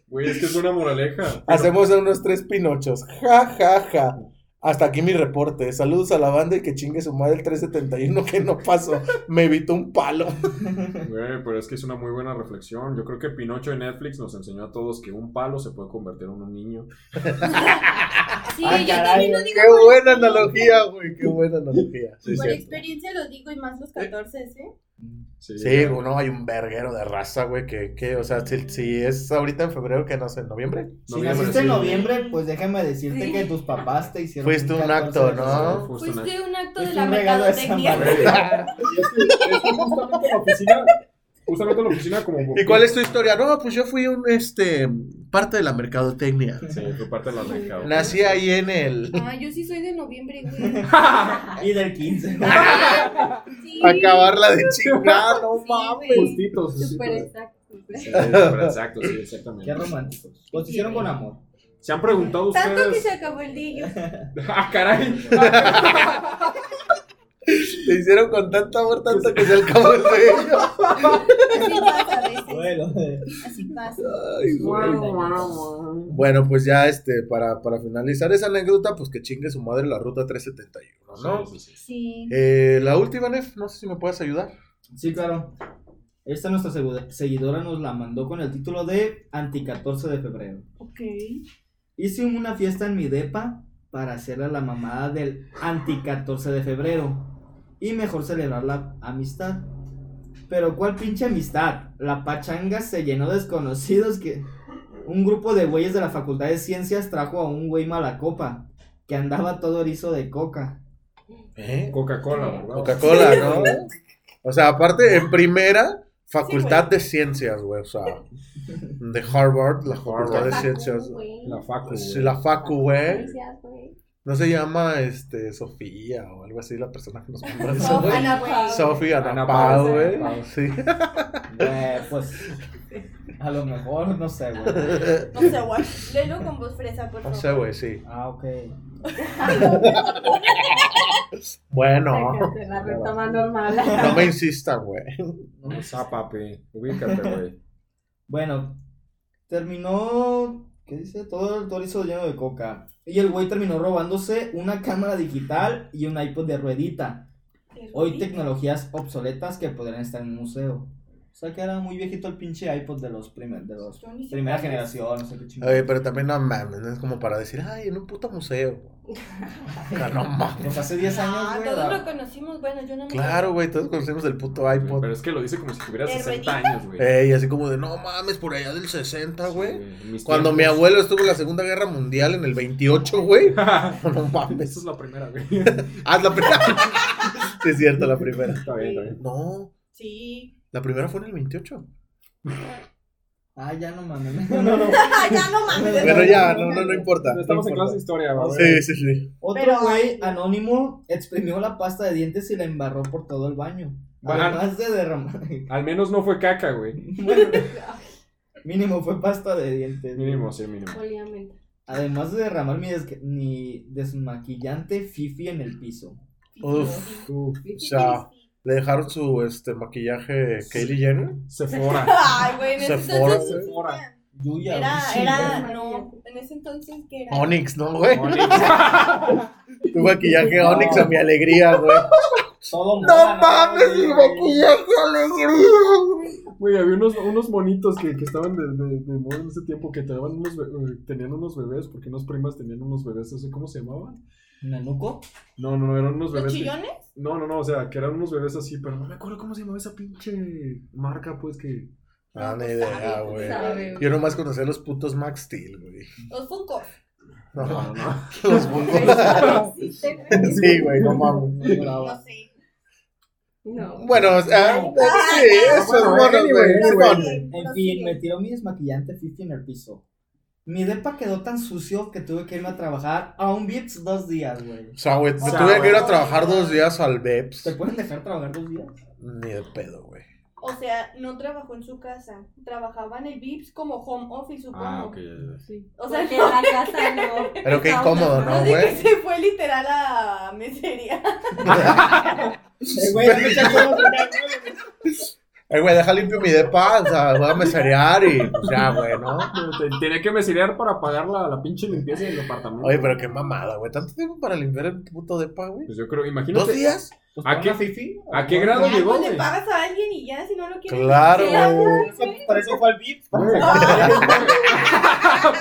Speaker 1: Güey, es que es una moraleja.
Speaker 4: Hacemos unos tres pinochos. Ja, ja, ja. Hasta aquí mi reporte. Saludos a la banda y que chingue su madre el 371 que no pasó. Me evitó un palo.
Speaker 1: Güey, pero es que es una muy buena reflexión. Yo creo que Pinocho en Netflix nos enseñó a todos que un palo se puede convertir en un niño.
Speaker 2: Sí,
Speaker 3: Ah,
Speaker 2: yo
Speaker 3: caray,
Speaker 2: también lo digo.
Speaker 4: Qué buena analogía, güey. Qué buena analogía. Sí,
Speaker 2: Por
Speaker 4: sí.
Speaker 2: experiencia lo digo y más los 14, ¿eh?
Speaker 1: Sí,
Speaker 4: Sí, bueno, hay un verguero de raza, güey, que, que, o sea, si, si es ahorita en febrero, que no sé, en noviembre.
Speaker 3: Si
Speaker 1: Noviembre,
Speaker 3: naciste en
Speaker 1: sí.
Speaker 3: noviembre, pues déjame decirte
Speaker 2: Sí.
Speaker 3: que tus papás te hicieron.
Speaker 4: Fuiste un
Speaker 3: 14
Speaker 4: acto,
Speaker 3: de
Speaker 4: ¿no?
Speaker 3: febrero.
Speaker 1: Justo en-
Speaker 2: Fuiste un acto de
Speaker 3: Fuiste
Speaker 2: la
Speaker 3: un regalo de San
Speaker 2: mercadotecnia.
Speaker 3: Valentín.
Speaker 1: Güey, [LAUGHS]
Speaker 4: [LAUGHS]
Speaker 1: es que, es que justamente la oficina, justamente la oficina como...
Speaker 4: ¿Y cuál es tu historia? No, pues yo fui un, este, parte de la mercadotecnia.
Speaker 1: Sí, fue parte de la mercado.
Speaker 4: Nací ahí en el...
Speaker 2: [LAUGHS] Ah, yo sí soy de
Speaker 3: [LAUGHS]
Speaker 2: noviembre, güey.
Speaker 3: Y del 15.
Speaker 2: Sí.
Speaker 4: Acabarla de chingar, no
Speaker 2: Sí,
Speaker 4: mames.
Speaker 2: güey.
Speaker 1: Justitos.
Speaker 6: Súper exacto.
Speaker 8: Sí, exacto, sí,
Speaker 3: Qué
Speaker 8: exactamente.
Speaker 3: románticos. Los hicieron con amor.
Speaker 8: ¿Se han preguntado
Speaker 2: Tanto que
Speaker 8: ustedes?
Speaker 1: [LAUGHS]
Speaker 2: se acabó el dillo.
Speaker 8: ¡Ah,
Speaker 2: [LAUGHS]
Speaker 8: caray!
Speaker 4: Te hicieron con tanta amor, tanto que se acabó el bello.
Speaker 2: Así pasa a veces.
Speaker 3: Bueno,
Speaker 2: Así pasa.
Speaker 4: Ay, güey.
Speaker 5: eh.
Speaker 4: Bueno, pues ya este, para, para finalizar esa anécdota, pues que chingue su madre la ruta 371, ¿no?
Speaker 8: Sí, sí, sí.
Speaker 2: Sí.
Speaker 4: Eh, la última, Nef, no sé si me puedes ayudar.
Speaker 3: sí, claro. Esta nuestra segu- seguidora nos la mandó con el título de Anti 14 de febrero.
Speaker 2: Ok.
Speaker 3: Hice una fiesta en mi depa para hacerle la mamada del anti 14 de febrero y mejor celebrar la amistad. Pero ¿cuál pinche amistad? La pachanga se llenó de desconocidos que un grupo de güeyes de la Facultad de Ciencias trajo a un güey malacopa que andaba todo erizo de coca.
Speaker 4: ¿Eh?
Speaker 8: Coca-Cola, ¿verdad?
Speaker 4: Coca-Cola, ¿no? O sea, aparte, en primera, Facultad de Ciencias, güey, o sea, de Harvard, la Facultad de Ciencias.
Speaker 8: La Facu, güey.
Speaker 4: Sí, Pues, La Facu, güey.
Speaker 5: Gracias, güey.
Speaker 4: No se llama, este, Sofía o algo así, la persona que nos compra eso, güey.
Speaker 5: Ana Paula.
Speaker 4: Sofía, Ana
Speaker 8: Ana
Speaker 4: Pau,
Speaker 8: Pau,
Speaker 4: güey.
Speaker 8: Pau.
Speaker 4: Sí.
Speaker 3: Eh, pues a lo mejor, no sé, güey.
Speaker 2: No sé, guay. Léelo con voz fresa, por
Speaker 4: [LAUGHS] No
Speaker 2: favor.
Speaker 4: sé, güey, sí.
Speaker 3: Ah, ok.
Speaker 4: Bueno,
Speaker 5: Se la retoma normal.
Speaker 4: no me insistan, güey.
Speaker 8: No, Zápate, ubícate,
Speaker 4: [LAUGHS]
Speaker 8: güey.
Speaker 3: Bueno, terminó, ¿qué dice? Todo el torizo lleno de coca. Y el güey terminó robándose una cámara digital y un iPod de ruedita. Hoy tecnologías obsoletas que podrían estar en un museo. O sea que era muy viejito el pinche iPod de los primer, de los
Speaker 2: Yo ni
Speaker 3: primera
Speaker 2: siquiera-
Speaker 3: generación, no sé qué chingada.
Speaker 4: Oye, pero también no mames, no es como para decir, ay, en un puto museo. Ah, No, no mames.
Speaker 3: Pues hace 10 años,
Speaker 2: Ah,
Speaker 3: güey.
Speaker 2: todos
Speaker 3: la-
Speaker 2: lo conocimos. Bueno, yo no me
Speaker 4: Claro, güey, todos conocemos el puto iPod.
Speaker 1: Pero es que lo dice como si tuviera
Speaker 2: ¿De
Speaker 1: 60
Speaker 2: ruedita?
Speaker 1: años, güey.
Speaker 4: Ey, así como de, no mames, por allá del 60, Eh, güey.
Speaker 1: En mis
Speaker 4: Cuando mi
Speaker 1: tiempos.
Speaker 4: abuelo estuvo en la Segunda Guerra Mundial en el 28, güey. [LAUGHS] No
Speaker 1: [LAUGHS] Esa
Speaker 4: mames.
Speaker 1: es la primera, güey. [LAUGHS]
Speaker 4: Ah, la primera. [LAUGHS] sí, es cierto, la primera.
Speaker 1: Está bien, está bien.
Speaker 4: No,
Speaker 2: Sí.
Speaker 4: la primera fue en el 28.
Speaker 3: Ah, ya no mames. [LAUGHS] No, no, no.
Speaker 2: Ah, ya no mames.
Speaker 4: Pero ya, no, no, no importa.
Speaker 1: Estamos
Speaker 3: No
Speaker 1: en
Speaker 3: importa.
Speaker 1: clase de historia, güey.
Speaker 4: Sí, sí, sí.
Speaker 3: Otro
Speaker 2: Pero-
Speaker 3: güey anónimo exprimió la pasta de dientes y la embarró por todo el baño.
Speaker 8: Bueno.
Speaker 3: Además de derramar. [LAUGHS]
Speaker 8: Al menos no fue caca,
Speaker 1: [LAUGHS]
Speaker 8: güey.
Speaker 5: [LAUGHS]
Speaker 3: Mínimo fue pasta de dientes.
Speaker 8: Mínimo, sí, mínimo.
Speaker 5: Olía a menta.
Speaker 3: Además de derramar mi, desque- mi desmaquillante fifi en el piso.
Speaker 4: Uf, uf. O sea, le dejaron su este maquillaje Kylie Jenner.
Speaker 8: Sephora.
Speaker 2: Ay, güey, en ese
Speaker 4: Sephora,
Speaker 2: entonces.
Speaker 4: güey.
Speaker 8: Sephora.
Speaker 3: Yuya,
Speaker 2: Era,
Speaker 3: güey, sí,
Speaker 2: era,
Speaker 3: güey.
Speaker 2: no. En ese entonces, ¿qué era?
Speaker 4: Onyx, ¿no, güey?
Speaker 8: Bonita.
Speaker 4: Tu maquillaje Onyx a mi alegría, güey.
Speaker 3: Todo moda, güey.
Speaker 4: alegría, güey.
Speaker 1: [LAUGHS] Güey, había unos, unos monitos que, que estaban de, de, de moda en ese tiempo que te daban unos be- eh, tenían unos bebés, porque unas primas tenían unos bebés, no sé cómo se llamaban.
Speaker 3: ¿Nanuco?
Speaker 1: No, no, no, eran unos
Speaker 2: ¿Los
Speaker 1: bebés. que-
Speaker 2: chillones?
Speaker 1: No, no, no, o sea, que eran unos bebés así, pero no me acuerdo cómo se llamaba esa pinche marca, pues que.
Speaker 4: No, ni idea, güey.
Speaker 5: Sabe, güey.
Speaker 4: Yo nomás conocía los putos Max Steel, güey.
Speaker 2: Los Funko.
Speaker 4: No,
Speaker 8: Ah,
Speaker 1: No, no, no.
Speaker 4: los putos. [LAUGHS] sí, güey, no mames.
Speaker 3: No, brava.
Speaker 2: No sé.
Speaker 5: No.
Speaker 4: Bueno, o sea, eh, sí, esos
Speaker 8: Bueno,
Speaker 4: monos,
Speaker 8: anyway,
Speaker 4: güey.
Speaker 8: anyway.
Speaker 4: esos monos.
Speaker 3: En fin, me tiró mi desmaquillante fifi en el piso. Mi depa quedó tan sucio que tuve que irme a trabajar a un Vips dos días, güey.
Speaker 4: O sea, güey, me
Speaker 2: O sea,
Speaker 4: tuve que ir a
Speaker 2: güey.
Speaker 4: trabajar dos días al
Speaker 3: ¿Te
Speaker 4: BEPS.
Speaker 3: pueden dejar trabajar dos días?
Speaker 4: Ni de pedo, güey.
Speaker 2: O sea, no trabajó en su casa. Trabajaba en el VIPS como home office, supongo.
Speaker 1: Ah, ok, ya, ya.
Speaker 2: O
Speaker 5: O
Speaker 2: sea,
Speaker 5: sea, que
Speaker 2: que
Speaker 5: en la casa no.
Speaker 4: Pero qué incómodo,
Speaker 2: [LAUGHS] no
Speaker 4: ¿no,
Speaker 2: sé que
Speaker 4: güey?
Speaker 2: se fue literal a mesería.
Speaker 3: Eh, güey, no te [LAUGHS] acuerdas, güey.
Speaker 4: Eh, güey, deja limpio mi depa, o sea, voy a meserear y pues ya, güey, ¿no?
Speaker 1: Te- Tenía que mesirear para pagar la, la pinche limpieza del departamento.
Speaker 4: Oye, pero qué mamada, güey. ¿Tanto tiempo para limpiar el puto depa, güey?
Speaker 1: Pues yo creo,
Speaker 4: ¿Dos
Speaker 1: imagínate.
Speaker 4: días?
Speaker 3: Pues,
Speaker 1: ¿A
Speaker 3: ¿para
Speaker 1: qué-
Speaker 3: una fifi?
Speaker 2: Ah,
Speaker 1: a qué grado?
Speaker 2: Ya,
Speaker 1: llegó,
Speaker 2: pues, le
Speaker 1: güey.
Speaker 2: pagas a alguien y ya, si no lo quieres.
Speaker 4: Claro,
Speaker 2: Ya,
Speaker 3: Eso- Para eso fue al Vips.
Speaker 1: Güey. [LAUGHS]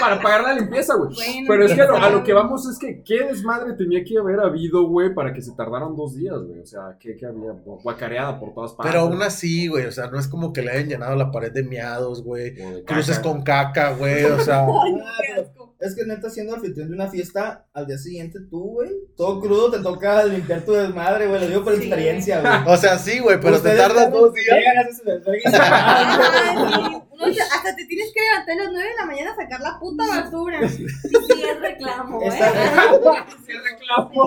Speaker 1: para pagar la limpieza, güey.
Speaker 2: pues, Bueno,
Speaker 1: Pero es que a lo,
Speaker 2: quién
Speaker 1: a lo
Speaker 2: sabe.
Speaker 1: que vamos es que qué desmadre tenía que haber habido, güey, para que se tardaron dos días, güey. O sea, ¿qué, qué había? Guacareada por todas partes.
Speaker 4: Pero aún así, güey, o sea, no es como que le hayan llenado la pared de miados, güey.
Speaker 1: O de caca.
Speaker 4: Cruces con caca, güey,
Speaker 3: [LAUGHS]
Speaker 4: o sea.
Speaker 3: Ah, pero Es que neta, siendo anfitrión de una fiesta, al día siguiente tú, güey, todo crudo te toca limpiar tu desmadre, güey. Lo digo por
Speaker 2: Sí.
Speaker 3: experiencia, güey.
Speaker 4: O sea, sí, güey, [LAUGHS] pero te
Speaker 3: Ustedes
Speaker 4: tardas
Speaker 3: tardan-
Speaker 4: dos días.
Speaker 3: Llegan, haces su desvergue y se
Speaker 2: [LAUGHS]
Speaker 3: van. [LAUGHS]
Speaker 2: Ay, no, o sea, hasta te tienes que levantar a las 9 de la mañana a sacar la puta basura.
Speaker 5: Sí, es reclamo, ¿eh?
Speaker 3: Esta-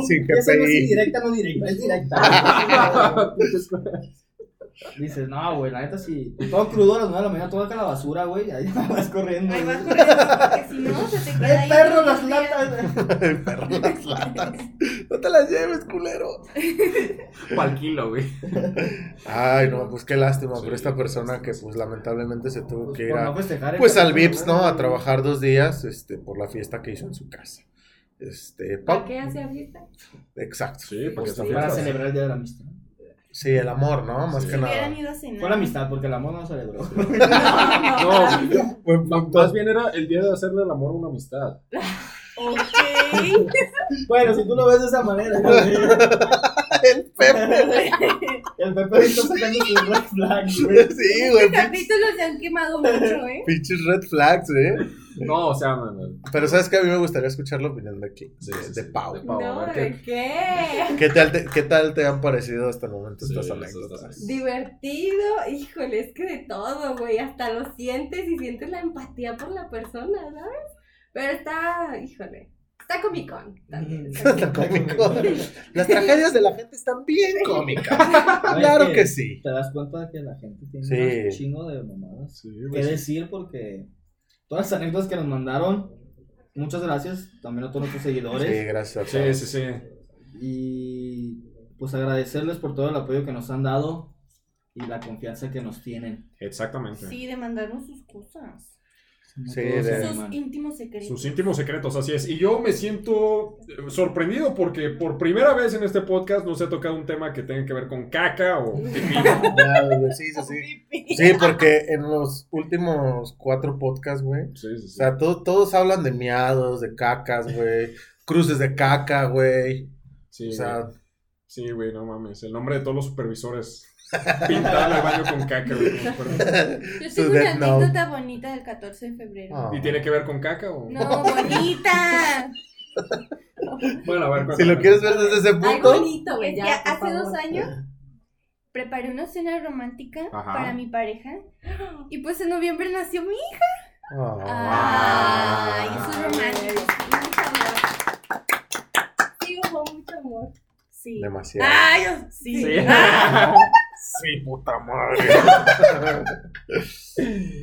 Speaker 4: Sin que
Speaker 3: Esa no es
Speaker 4: [LAUGHS] pedir. [LAUGHS]
Speaker 3: indirecta, no directa, [LAUGHS] es directa.
Speaker 1: [LAUGHS] Pinches cosas.
Speaker 3: Dices, no, güey, la neta sí. Todo crudo a las 9 de la mañana, toda acá la basura, güey. Ahí [LAUGHS] vas corriendo.
Speaker 2: Ahí vas
Speaker 3: güey.
Speaker 2: corriendo, porque si no, se te queda ahí
Speaker 3: ¡Eh, perro,
Speaker 2: todo
Speaker 3: las
Speaker 2: el
Speaker 4: [LAUGHS]
Speaker 2: día.
Speaker 3: latas!
Speaker 4: El perro en las latas. No te las lleves, culero.
Speaker 9: Pal kilo, güey.
Speaker 4: Ay, no, pues qué lástima
Speaker 1: Sí.
Speaker 4: por esta persona que pues lamentablemente se tuvo
Speaker 3: Pues,
Speaker 4: que ir
Speaker 3: por
Speaker 4: a,
Speaker 3: no festejar el
Speaker 4: pues al
Speaker 3: 14 de
Speaker 4: VIPS, ¿no? A
Speaker 3: febrero.
Speaker 4: trabajar dos días, este, por la fiesta que hizo en su casa. Este,
Speaker 6: ¿Para
Speaker 4: pa-
Speaker 6: qué hacía fiesta?
Speaker 4: exacto.
Speaker 1: Sí, porque
Speaker 4: Justo.
Speaker 1: está
Speaker 3: Para
Speaker 1: fiesta.
Speaker 3: celebrar el Día de la Amistad.
Speaker 4: Sí, el amor, ¿no? Más
Speaker 1: Sí.
Speaker 4: que
Speaker 2: Si
Speaker 4: nada.
Speaker 2: hubieran ido a cenar.
Speaker 3: Fue la amistad, porque el amor no celebró.
Speaker 1: No,
Speaker 4: Pues,
Speaker 1: ma- más bien era el día de hacerle el amor a una amistad.
Speaker 2: Ok.
Speaker 3: bueno, si tú lo ves de esa
Speaker 4: [LAUGHS]
Speaker 3: manera, güey.
Speaker 4: El Pepe, güey.
Speaker 3: el Pepe está sacando sus red flags, güey.
Speaker 4: [LAUGHS] Sí,
Speaker 2: Estos
Speaker 4: güey. pinches-
Speaker 2: capítulos se han quemado mucho, ¿eh?
Speaker 4: Pinches red flags, ¿eh?
Speaker 1: No, o sea, man, man,
Speaker 4: Pero sabes que a mí me gustaría escuchar la opinión de aquí,
Speaker 1: Sí,
Speaker 4: de,
Speaker 1: sí,
Speaker 4: de
Speaker 1: sí,
Speaker 4: Pau.
Speaker 1: de Pau.
Speaker 6: No,
Speaker 1: ¿verdad?
Speaker 6: ¿de qué?
Speaker 4: ¿Qué tal, te, ¿Qué tal te han parecido hasta el momento
Speaker 1: Sí,
Speaker 4: estas
Speaker 1: eso
Speaker 4: anécdotas?
Speaker 1: está-
Speaker 6: Divertido, híjole, es que de todo, güey, hasta lo sientes y sientes la empatía por la persona, ¿sabes? Pero está, híjole, está comicón. también,
Speaker 3: [LAUGHS]
Speaker 6: está
Speaker 4: Tan
Speaker 6: comicón.
Speaker 4: cómico. Las tragedias de la gente están bien cómicas.
Speaker 3: Ay,
Speaker 4: Claro
Speaker 3: es
Speaker 4: que sí.
Speaker 3: Te das cuenta de que la gente tiene
Speaker 4: Sí. Pues
Speaker 3: un chingo de mamadas.
Speaker 1: Sí,
Speaker 3: qué
Speaker 1: güey, sí.
Speaker 3: decir porque todas las anécdotas que nos mandaron, muchas gracias también a todos nuestros
Speaker 4: Sí,
Speaker 3: seguidores
Speaker 4: gracias. a
Speaker 1: Sí,
Speaker 4: todos.
Speaker 1: sí, sí.
Speaker 3: y pues agradecerles por todo el apoyo que nos han dado y la confianza que nos tienen.
Speaker 1: Exactamente.
Speaker 2: Sí, demandaron sus cosas.
Speaker 4: Sí,
Speaker 3: Todos
Speaker 4: de-
Speaker 3: se
Speaker 2: Sus
Speaker 3: aman.
Speaker 2: íntimos secretos. [LAUGHS]
Speaker 1: Sus íntimos secretos, así es. Y yo me siento eh, sorprendido porque por primera vez en este podcast nos ha tocado un tema que tenga que ver con caca o...
Speaker 4: Mm. Ya, güey, Sí, sí, sí. Sí, porque en los últimos cuatro podcasts, güey.
Speaker 1: Sí, sí,
Speaker 4: O
Speaker 1: sí.
Speaker 4: sea, to- todos hablan de miados, de cacas,
Speaker 1: [LAUGHS]
Speaker 4: güey. Cruces de caca, güey.
Speaker 1: Sí,
Speaker 4: O
Speaker 1: güey.
Speaker 4: sea,
Speaker 1: Sí, güey, no mames. El nombre de todos los supervisores. Pintar el baño con caca, güey. no me acuerdo.
Speaker 4: [LAUGHS]
Speaker 2: Yo
Speaker 4: Su
Speaker 2: tengo una
Speaker 4: Death Note.
Speaker 2: anécdota bonita del 14 de febrero.
Speaker 4: ah.
Speaker 1: ¿Y tiene que ver con caca o...?
Speaker 2: No, bonita.
Speaker 1: Bueno, a ver,
Speaker 4: si
Speaker 1: cuéntame.
Speaker 4: lo quieres ver desde ese
Speaker 5: Algo
Speaker 4: punto,
Speaker 5: bonito, güey.
Speaker 2: Es que
Speaker 5: Ya, por
Speaker 2: hace
Speaker 5: favor.
Speaker 2: dos años preparé una cena romántica
Speaker 1: Ajá.
Speaker 2: para mi pareja. Y pues en noviembre nació mi hija.
Speaker 4: Ah.
Speaker 2: Ay, eso es romántico.
Speaker 6: Mucho amor. Sí, hubo mucho amor.
Speaker 2: Sí.
Speaker 4: demasiado.
Speaker 2: Ay, yo- sí.
Speaker 1: [LAUGHS] Sí.
Speaker 4: Sí, puta madre. [LAUGHS]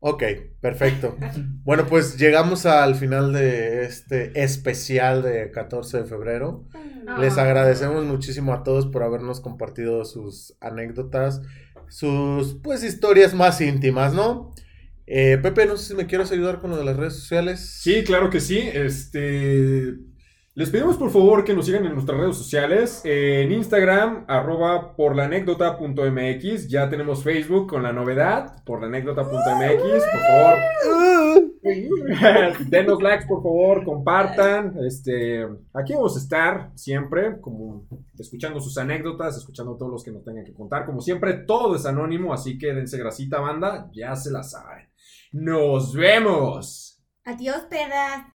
Speaker 4: ok, perfecto. Bueno, pues llegamos al final de este especial de 14 de febrero.
Speaker 6: Ah,
Speaker 4: Les agradecemos muchísimo a todos por habernos compartido sus anécdotas, sus pues historias más íntimas, ¿no? Eh, Pepe, no sé si me quieres ayudar con lo de las redes sociales.
Speaker 1: Sí, claro que sí. Este. Les pedimos por favor que nos sigan en nuestras redes sociales, en Instagram, arroba por la anécdota.mx, ya tenemos Facebook con la novedad, por la anécdota.mx, por favor, [LAUGHS]
Speaker 4: Ah.
Speaker 1: Denos likes, por favor, compartan. Este, aquí vamos a estar siempre, como escuchando sus anécdotas, escuchando todos los que nos tengan que contar. Como siempre, todo es anónimo, así que dense grasita, banda, ya se la saben. ¡Nos vemos!
Speaker 2: Adiós, perras.